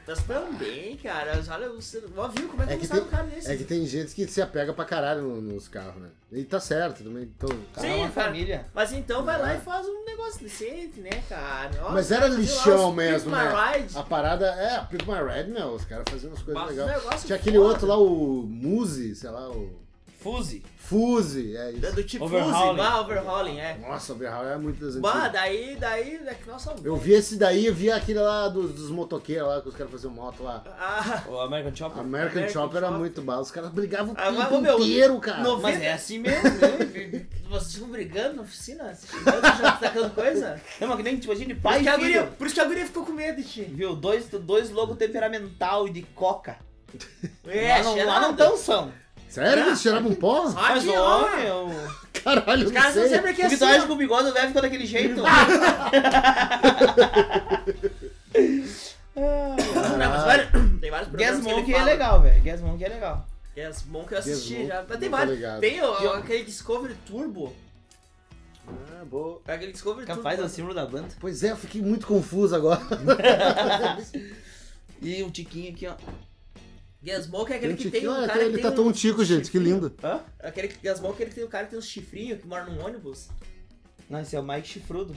Nós também, cara. Olha, você ó, viu como é que, É eu que, gostava tem, do cara desse. é que tem gente que se apega pra caralho no- nos carros, né? E tá certo também. Então, O Cara, é Sim, uma cara. família. Mas então vai lá e faz um negócio decente, né, cara? Ó, Ah. Mas era sei lá, lixão os mesmo, Pick My né? Ride. um A parada é, a Pick My Red, meu, os caras faziam umas coisas Mas os legais. negócios Tinha aquele foda. outro lá, o Muse, sei lá, o Fuse. Fuse, é Da- isso. Do tipo Overhauling. Uzi, bah, overhauling, é. Nossa, o Overhaul é muito das Bah, antigas. daí, daí, é que nossa... Eu vi esse daí, eu vi aquele lá dos, dos motoqueiros lá, que os caras faziam moto lá. Ah, O American Chopper. American, American Chopper era Chopper. muito bala, os caras brigavam o Ah, mas, tempo meu, inteiro, cara. no- Mas é assim mesmo, né? vocês ficam brigando na oficina? Se xingando, já atacando Tá coisa? Não, mas que nem tipo, a gente Por pai isso, que a e guria, filho. por isso que a guria ficou com medo de ti. Viu? Dois, dois logos temperamental e de coca. É, lá não, lá cheirada. não tão são. Sério Ah. que eles tiravam pó? Só Mas que, homem, ó, eu... Caralho, os eu não caras são sei. sempre aqui o assim, que tu acha que ó. Ah, o bigode do velho ficou daquele jeito? Não, mas olha, tem vários Guess programas que ele Monkey é fala. legal, velho. Guess Monkey é legal. Yes, bom que eu assisti Yes, já. bom, Mas tem bom, vários. obrigado. Tem o- Que- aquele Discovery Turbo. Ah, boa. É que ele descobre Capaz, é tudo. o símbolo da banda. Pois é, eu fiquei muito confuso agora. E o tiquinho aqui, ó. Gasmoke é Tem aquele um que tem tiquinho, um olha, cara tem- ele que tatuou um tico, gente, que chifrinho. lindo. Hã? Aquele que- Gasmoke é aquele que tem um cara que tem uns chifrinhos que mora num ônibus. Não, esse é o Mike Chifrudo.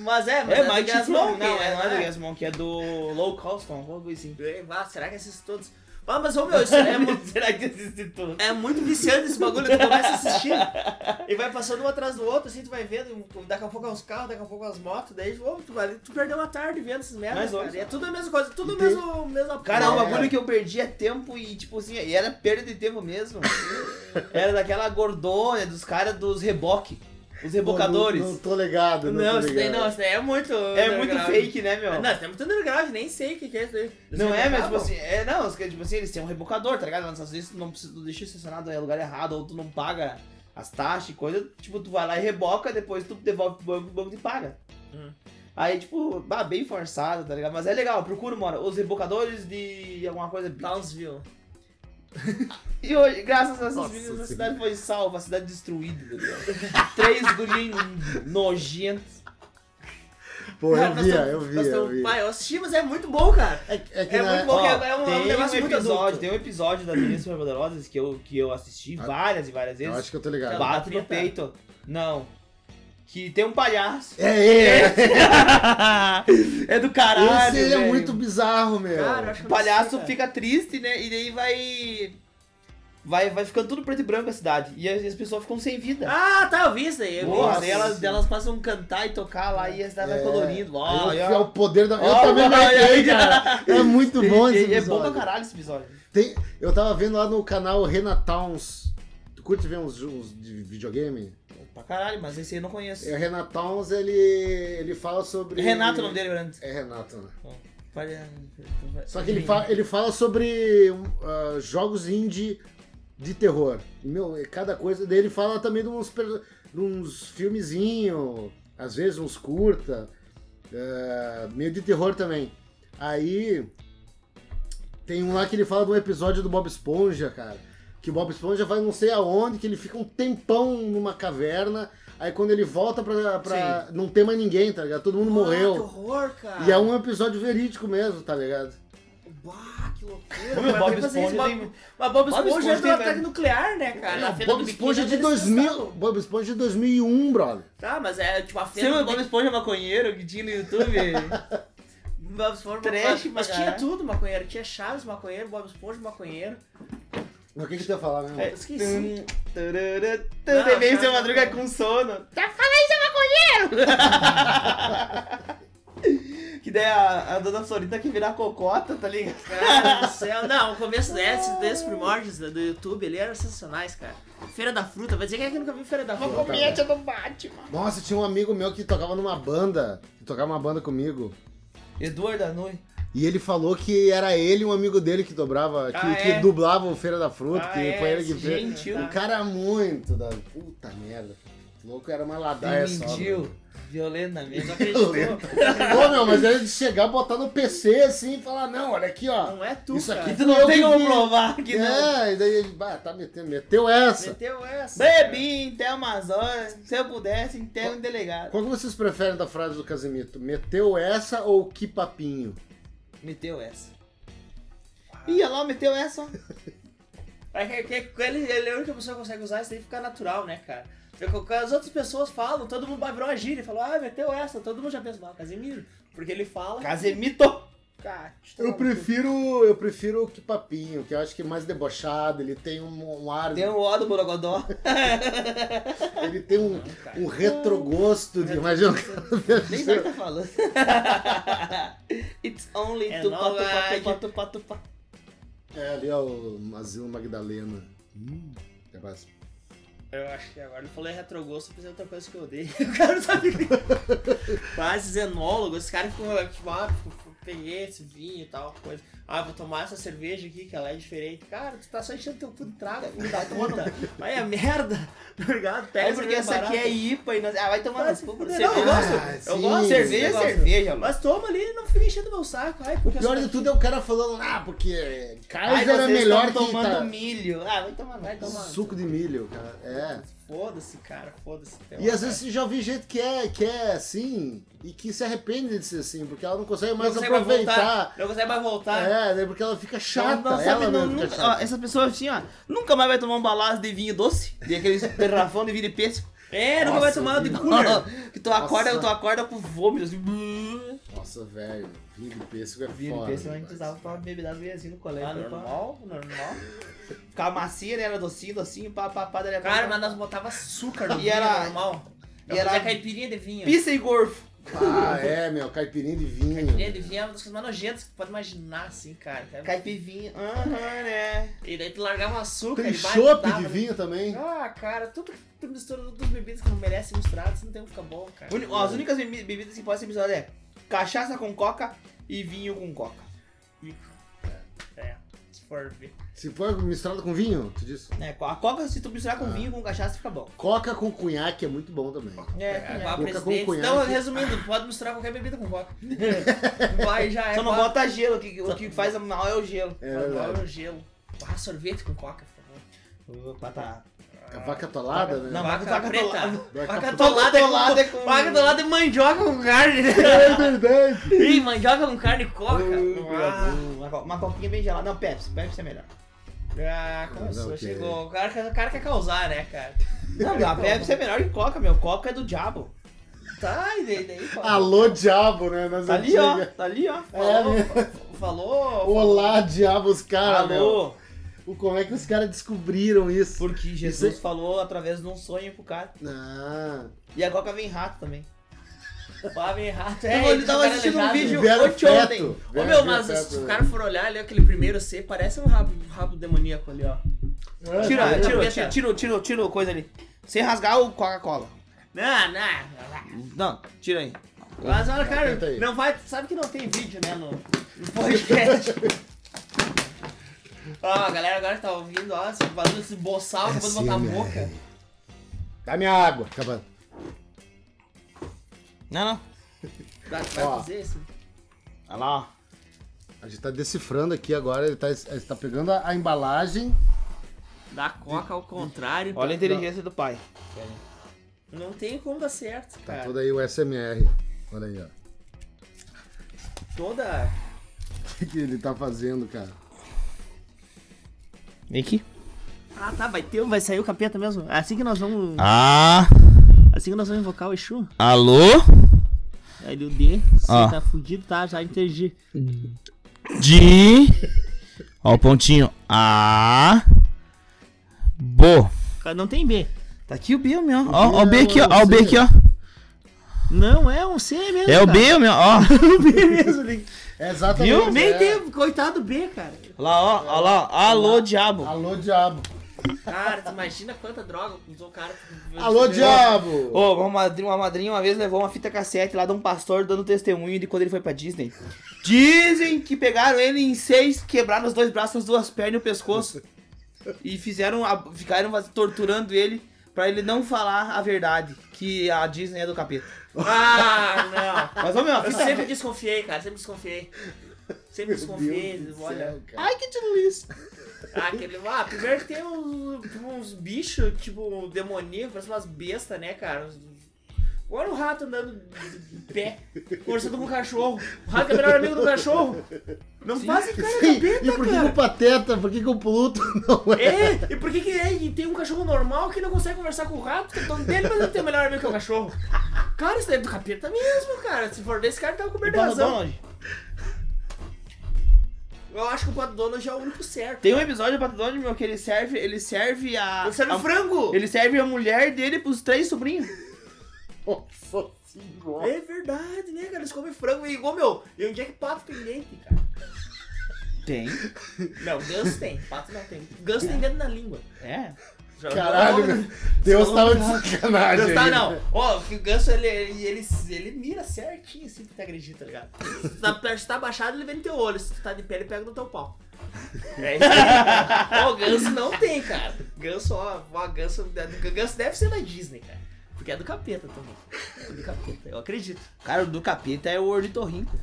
Mas é, mas É, Mike do Chifrudo. Gasmoke, Não, é, não é do né? Gasmon, que é do Low Cost, alguma coisa assim. É, vá, será que esses todos... Ah, mas, ô meu, isso é, mu- Será que existe tudo? é muito viciante esse bagulho, tu começa a assistir e vai passando um atrás do outro, assim, tu vai vendo, um- daqui a pouco é uns carros, daqui a pouco é as motos, daí ô, tu, vai- tu perdeu uma tarde vendo essas merdas, Mas, ó, cara. E é tudo a mesma coisa, tudo E o tem- mesmo, mesmo... Cara, o É. bagulho que eu perdi é tempo e, tipo assim, e era perda de tempo mesmo. era daquela gordona dos caras dos reboque. Os rebocadores. Não, não tô ligado, não, Não, tô isso daí ligado. não, isso daí é muito... é muito underground. fake, né, meu? Não, isso é muito underground, nem sei o que que é isso daí. Não é, mas tipo você assim, é, não, os que, tipo assim, eles têm um rebocador, tá ligado? Lá nos Estados Unidos tu não precisa, tu deixa estacionado no lugar errado, ou tu não paga as taxas e coisa, tipo, tu vai lá e reboca, depois tu devolve pro banco, o banco te paga. Hum. Aí, tipo, bah, bem forçado, tá ligado? Mas é legal, procura, mora, os rebocadores de alguma coisa. é Townsville. E hoje, graças a essas Nossa meninas, a Senhora. cidade foi salva, a cidade destruída, tá ligado? Três gurinhos nojentos. Pô, Cara, eu nós via, tamo- eu via, nós eu tamo- via. Pai, eu assisti, mas é muito bom, cara. É, que- é que É na- muito bom, que é, é um, é um Tem um, negócio muito episódio, adulto. tem um episódio das meninas superpoderosas que eu, que eu assisti várias e várias Ah, Eu vezes. acho que eu tô ligado. Ba- Bate no peito. Não. Que tem um palhaço. É, é, é. é do caralho. Esse ele é velho. muito bizarro, meu. Cara, eu acho O que eu palhaço não sei, fica cara. triste, né? E daí vai. Vai, vai ficando tudo preto e branco a cidade. E as, as pessoas ficam sem vida. Ah, tá, eu vi isso aí. Eu vi Porra, isso. daí elas, elas passam a cantar e tocar lá e a cidade vai É. colorindo. Ó, Aí eu- ó. é o poder da. Eu Ó, também ó, marquei, ó, cara. É muito bom E- esse e- É bom pra episódio. caralho esse episódio. Tem- eu tava vendo lá no canal Renatowns. Tu curte ver uns, uns de videogame? Pra caralho, mas esse aí eu não conheço. É, o Renatowns, ele, ele fala sobre. Renato é o nome dele, Brando. é, É Renato, né? Só Só que ele, fa- ele fala sobre um, ah, jogos indie de terror. E, meu, é cada coisa. Daí ele fala também de uns, per- de uns filmezinhos, às vezes uns curta, eh, meio de terror também. Aí tem um lá que ele fala de um episódio do Bob Esponja, cara. Que o Bob Esponja vai não sei aonde, que ele fica um tempão numa caverna. Aí quando ele volta pra. pra- não tem mais ninguém, tá ligado? Todo mundo Ah, que morreu. horror, cara. E é um episódio verídico mesmo, tá ligado? Bah, que loucura. Ô, meu, Mas Bob tem que fazer isso, Esponja é Bob- tem- Mas Bob Bob Esponja Esponja é do tem- ataque nuclear, né, cara? Na feira Bob do biquíni, Esponja de eles 2000, pensavam. Bob Esponja de 2001, brother. Tá, mas é tipo a Você feira viu o do Bob Esponja maconheiro que tinha no YouTube? biquíni, Bob Esponja, é Trash, mas pra tinha caralho. tudo maconheiro. Tinha Chaves maconheiro, Bob Esponja maconheiro. Mas o que que tu ia falar, né? É, Eu esqueci. Não, Também já- seu madruga com sono. Tá falando isso, maconheiro! que daí a, a dona Florinda que virar cocota, tá ligado? Cara do céu. Não, o começo desse, desses primórdios do YouTube, ele era sensacionais, cara. Feira da Fruta, vai dizer quem é que nunca viu Feira da Fruta? Exatamente. do Batman. Nossa, tinha um amigo meu que tocava numa banda, que tocava uma banda comigo. Eduardo Anui. E ele falou que era ele e um amigo dele que dobrava, que, Ah, que é? dublava o Feira da Fruta, Ah, que é, foi ele que esse fez. gentil. O cara é muito da. Puta merda. O louco era uma Ah, é ladaia só. Mentiu. Violentamente. Não acreditou. Pô, meu, mas ele de chegar, botar no PC assim e falar, não, olha aqui, ó. Não é tu, Isso cara. aqui Tu não tem Eu como vi. provar que não. É, e daí ele, bah, tá metendo, meteu essa. Meteu essa. Bebi até umas horas, se eu pudesse, até um delegado. Qual que vocês preferem da frase do Casimiro? Meteu essa ou que papinho? Meteu essa. Ah. Ih, olha lá, meteu essa. ó. É que, que- que ele, ele é a única pessoa que consegue usar isso daí fica natural, né, cara? Porque o que As outras pessoas falam, todo mundo vai virar uma gíria e falou, ah, meteu essa, todo mundo já pensa, mal, Casimiro. Porque ele fala. "Ah, Casemito. Cara, deixa eu tomar no Eu cu. prefiro, eu prefiro o que papinho, que eu acho que é mais debochado, ele tem um, um ar, Tem um O do Borogodó. ele tem um, um retrogosto de imagina. Nem sabe o que tá falando. It's only É tupá, novidade. tupá, tupá, tupá, tupá. É, ali é o Asilo Magdalena. É mais- Eu acho que agora ele falou em retrogosto, eu pensei em outra coisa que eu odeio. O cara não sabe o que- Quase xenólogo, esse cara ficou tipo, ah, peguei esse vinho e tal, coisa. Ah, vou tomar essa cerveja aqui, que ela é diferente. Cara, tu tá só enchendo teu cu de trago, filho da puta. Olha a merda. Obrigado, pega É porque essa aqui é IPA e nós... Ah, vai tomar Vai nas se pupas. fuder. Não, eu gosto. sim. eu gosto. Cerveja é Eu gosto. cerveja, mano. Mas toma ali, não fica enchendo meu saco. Ai, O porque pior eu sou de tudo é o cara falando, ah, porque Ai, Kaiser era vocês melhor tão que tomando Ita- milho. Ah, vai tomar, vai tomar. suco de milho, cara. É. Foda-se, cara, foda-se. Tem E uma- às vezes eu já ouvi gente que é, que é assim e que se arrepende de ser assim, porque ela não consegue não mais consegue mais aproveitar. voltar. Não consegue mais tá? voltar. É, né, porque ela fica chata. Não, não ela sabe, não, mesmo fica nunca- ó, chata. essa pessoa assim, ó, nunca mais vai tomar um balaço de vinho doce, de aqueles garrafão de vinho de pêssego. É, nunca vai Nossa, tomar de vinho. cooler. que tu acorda, Nossa. tu acorda com vômito, assim. brrr. Nossa, velho, vinho de pêssego é Vinho de foda. pêssego a gente demais. usava pra beber das mulherzinhas no colégio. Ah, não, normal, normal. Ficava macia, né? Era docinho, docinho, pá, pá, pá, daí a Cara, pouco- mas nós botava açúcar no E vinho é era- normal. e E era- era caipirinha de vinho. Pissa e gorfo. Ah, é, meu, caipirinha de vinho. Caipirinha de vinho é uma das coisas mais nojentas que tu pode imaginar, assim, cara. Caipivinha. Aham, né? E daí tu largava o açúcar Tem ele vai, chope dava, de né? vinho também. Ah, cara, tudo que tu mistura todas as bebidas que não merece misturar, isso não tem como ficar bom, cara. Uni- ó, As únicas bebi- bebidas que podem ser misturadas é cachaça com coca e vinho com coca. É, se for ver. Se for misturado com vinho, tu disse. É, a coca, se tu misturar Ah. com vinho, com cachaça, fica bom. Coca com cunhaque é muito bom também. É, Igual a Coca com presidente. cunhaque. Então, resumindo, pode misturar qualquer bebida com coca. Vai, já é. Só não coca. bota gelo, que, o que faz mal é o gelo. É Agora verdade. o gelo. Ah, sorvete com coca, por favor. Opa, tá. É vaca atolada, né? Não, Vaca, vaca preta. atolada. Vaca Vaca atolada atolada é é com- com... Vaca atolada é mandioca com carne. É verdade. Ih, mandioca com carne e coca. Ah. Uma, co- uma coquinha bem gelada. Não, Pepsi, Pepsi é melhor. Ah, Não, é começou, não, chegou. O cara, quer- o cara quer causar, né, cara? Não, meu, a Pepsi é melhor que coca, meu. Coca é do diabo. Tá, e daí, daí fala. Alô, diabo, né? Nas Tá ali, ó. antigas. Tá ali, ó. Falou, né? falou. Olá, diabo, os Ah, caras, meu. Alô, O- Como é que os caras descobriram isso? porque Jesus falou através de um sonho pro cara. Ah, E a coca vem rato também. Fala bem errado. É, Não, ele tava assistindo um vídeo Vieram ontem. feto. Ô Vieram meu, mas feto, se né? o cara for olhar ali, aquele primeiro C, parece um rabo, um rabo demoníaco ali, ó. É, Tira, tá tira, capeta. tira, tira, tira, tira coisa ali. Sem rasgar o Coca-Cola. Não, não. Não, tira aí. Mas olha, cara, Tenta aí. não vai. Sabe que não tem vídeo, né, no, no podcast. Ó, a galera agora tá ouvindo, ó, esse barulho desse boçal, É acabou de assim, botar a né? boca. Dá minha água. Acabando. Não, não. Dá- Vai Ó. fazer isso? Olha lá, ó. A gente tá decifrando aqui agora. Ele tá, ele tá pegando a, a embalagem. Dá coca ao contrário. Olha a inteligência do pai. Não tem como dar certo, Tá cara. todo aí o SMR. Olha aí, ó. O Toda. que, que ele tá fazendo, cara? Vem aqui. Ah, tá, vai ter, vai sair o capeta mesmo. Assim que nós vamos. Ah, Assim que nós vamos invocar o Exu. alô? Aí deu D, você Ó. tá fudido, tá? Já entendi. De. Ó, o pontinho. A. Bo. Cara, Não tem B. Tá aqui o B, meu. Ó, ó o B Não, aqui, é ó. Ó o B você. aqui, ó. Não, é um C mesmo. É o cara. B, meu. Ó. o B mesmo, Link. É exatamente. Nem é. tem, coitado do B, cara. Lá, ó. Ó lá. ó. Alô, diabo. Alô, diabo. Cara, tu imagina quanta droga usou o cara. Alô, diabo. Ô, uma madrinha, uma madrinha uma vez levou uma fita cassete lá de um pastor dando testemunho de quando ele foi pra Disney. Dizem que pegaram ele em seis, quebraram os dois braços, as duas pernas e o pescoço. E fizeram, a- ficaram torturando ele pra ele não falar a verdade, que a Disney é do capeta. Ah, não. Mas, ô, meu, a Eu Então, fita... sempre desconfiei, cara, sempre desconfiei. Sempre desconfiei, olha. Ai, que delícia. Ah, aquele, ah, primeiro que tem uns, tipo, uns bichos, tipo, demoníacos, parece umas bestas, né, cara? Uns- Olha o rato andando de pé, conversando com o cachorro. O rato é o melhor amigo do cachorro. Não fazem cara Sim, capeta, e por que, que cara. o Pateta, por que, que o Pluto não é? É, e por que que é? E tem um cachorro normal que não consegue conversar com o rato, que é dono dele, mas ele tem o melhor amigo que é o cachorro. Cara, isso daí é do capeta mesmo, cara. Se for ver, esse cara tava com Pato razão. Donald. Eu acho que o Pato Donald já é o único certo. Tem um episódio do Pato Donald, meu, que ele serve, ele serve a... Ele serve a- Ah, frango. ah, Ele serve a mulher dele pros três sobrinhos. Nossa senhora. É verdade, né, cara? Eles comem frango e igual, meu, e onde é que pato tem dente, cara? Tem. Não, ganso tem, pato não tem. Ganso tem dentro na língua. É. Já- Caralho, meu. Deus tava de sacanagem. Ah, Ganso tá, aí, não. né? Ó, que o ganso, ele, ele, ele, ele mira certinho assim pra te agredir, tá ligado? Se tu tá, se tá baixado, ele vem no teu olho. Se tu tá de pé, ele pega no teu pau. É isso aí. Ó, ganso não tem, cara. Ganso, ó, ó é ganso, ganso deve ser da Disney, cara. Porque é do capeta também. É do capeta, eu acredito. Cara, o do capeta é o ornitorrinco.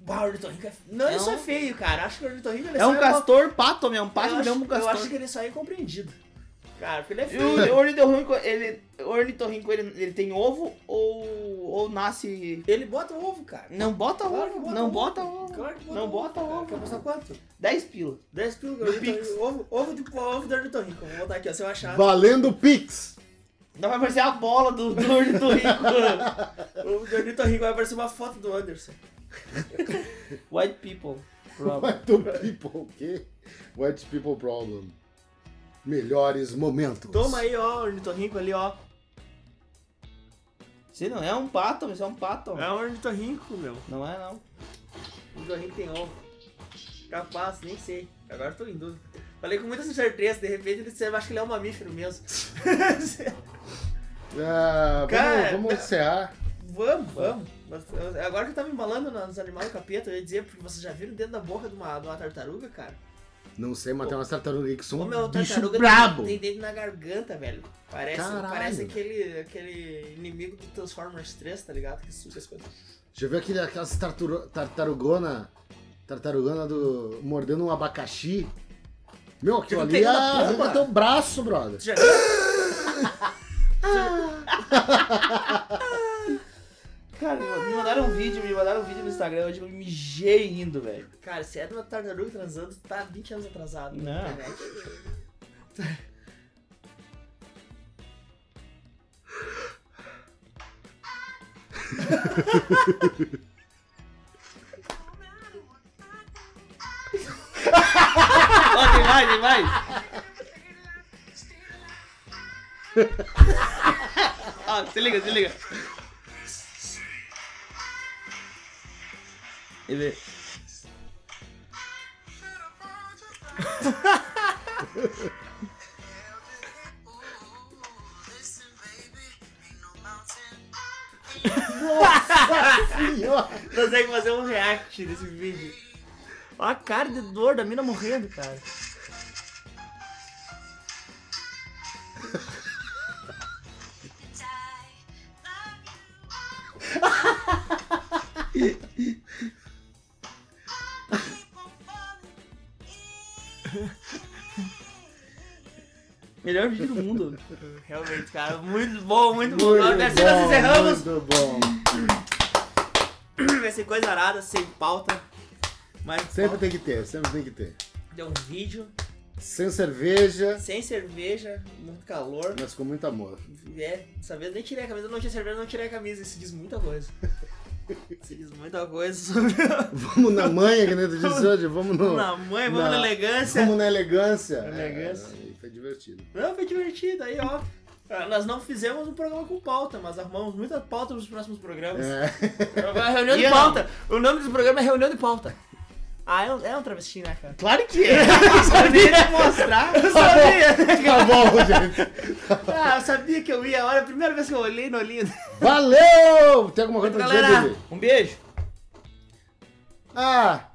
Bah, o ornitorrinco é... f- Não, É isso um- é feio, cara. Acho que o ornitorrinco... ele É só um uma- castor pato, meu. Um pato eu, mesmo, acho, um castor. eu acho que ele só é incompreendido. cara, porque ele é E feio. o ornitorrinco, ele, o ornitorrinco ele, ele tem ovo ou, ou nasce... Ele bota ovo, cara. Não bota Claro que ovo, bota não ovo. bota ovo. Claro que não bota cara. ovo. Quer apostar quanto? 10 pila. 10 pila, No Pix. ovo, ovo de ovo do ornitorrinco. Vou botar aqui, ó, se eu achar. Valendo Pix. Não vai parecer a bola do, do ornitorrinco. Ovo do ornitorrinco vai aparecer uma foto do Anderson. White people. problem. White people, o quê? White people problem. Melhores momentos. Toma aí, ó, ornitorrinco ali, ó. Você não é um pato, você é um pato. É um ornitorrinco, meu. Não é, não. Ornitorrinco tem ovo. Capaz, nem sei. Agora eu tô em dúvida. Falei com muita certeza, de repente ele disse, eu acho que ele é um mamífero mesmo. Ah, Cara, vamos, vamos tá- encerrar. vamos, vamos. Mas, eu- Agora que eu tava embalando nos animais do capeta, eu ia dizer, porque vocês já viram dentro da boca de uma, de uma tartaruga, cara? Não sei, mas tem umas tartarugas aí que são Ô, um meu, bicho tartaruga brabo. tem dedo na garganta, velho. Parece, Caralho. parece aquele, aquele inimigo do Transformers 3, tá ligado? Que suga as coisas. Já viu aquele, aquelas tartaru- tartarugona, tartarugona do mordendo um abacaxi? Meu, Fica aquilo ali pegando a arranca pomba. teu braço, brother. Tu já viu? Cara, me me mandaram um vídeo, me mandaram um vídeo no Instagram, eu tipo, me mijei rindo, velho. Cara, se é de uma tartaruga transando, tu tá 20 anos atrasado. na Não. internet. Ó, tem mais, tem mais. Ó, Ah, se liga, se liga. Ele... é Senhora. Nós temos que fazer um react desse vídeo. Ó a cara de dor da mina morrendo, cara. Melhor vídeo do mundo. Realmente, cara. Muito bom, muito bom. Muito Agora, assim, nós encerramos. Muito bom. Vai ser coisa arada, sem pauta. Mas Sempre tem que ter, sempre tem que ter. deu um vídeo. Sem cerveja, Sem cerveja, muito calor. mas com muito amor. É, dessa vez nem tirei a camisa, não tinha cerveja, não tirei a camisa. Isso diz muita coisa. Isso diz muita coisa sobre Vamos na manha, que nem tu disse hoje. Vamos no- a mãe, vamos na- na elegância. Vamos na elegância. Elegância. É, aí foi divertido. Não, foi divertido, aí ó. Ah, Nós não fizemos um programa com pauta, mas arrumamos muita pauta nos próximos programas. É. É reunião de Yeah. pauta. O nome desse programa é reunião de pauta. Ah, é um, é um travesti, né, cara? Claro que é. Só queria mostrar. Eu sabia! Tá bom, gente. ah, eu sabia que eu ia. Olha, a primeira vez que eu olhei no olhinho. Valeu! Tem alguma coisa pra dizer, Galera. Bibi? Um beijo. Ah,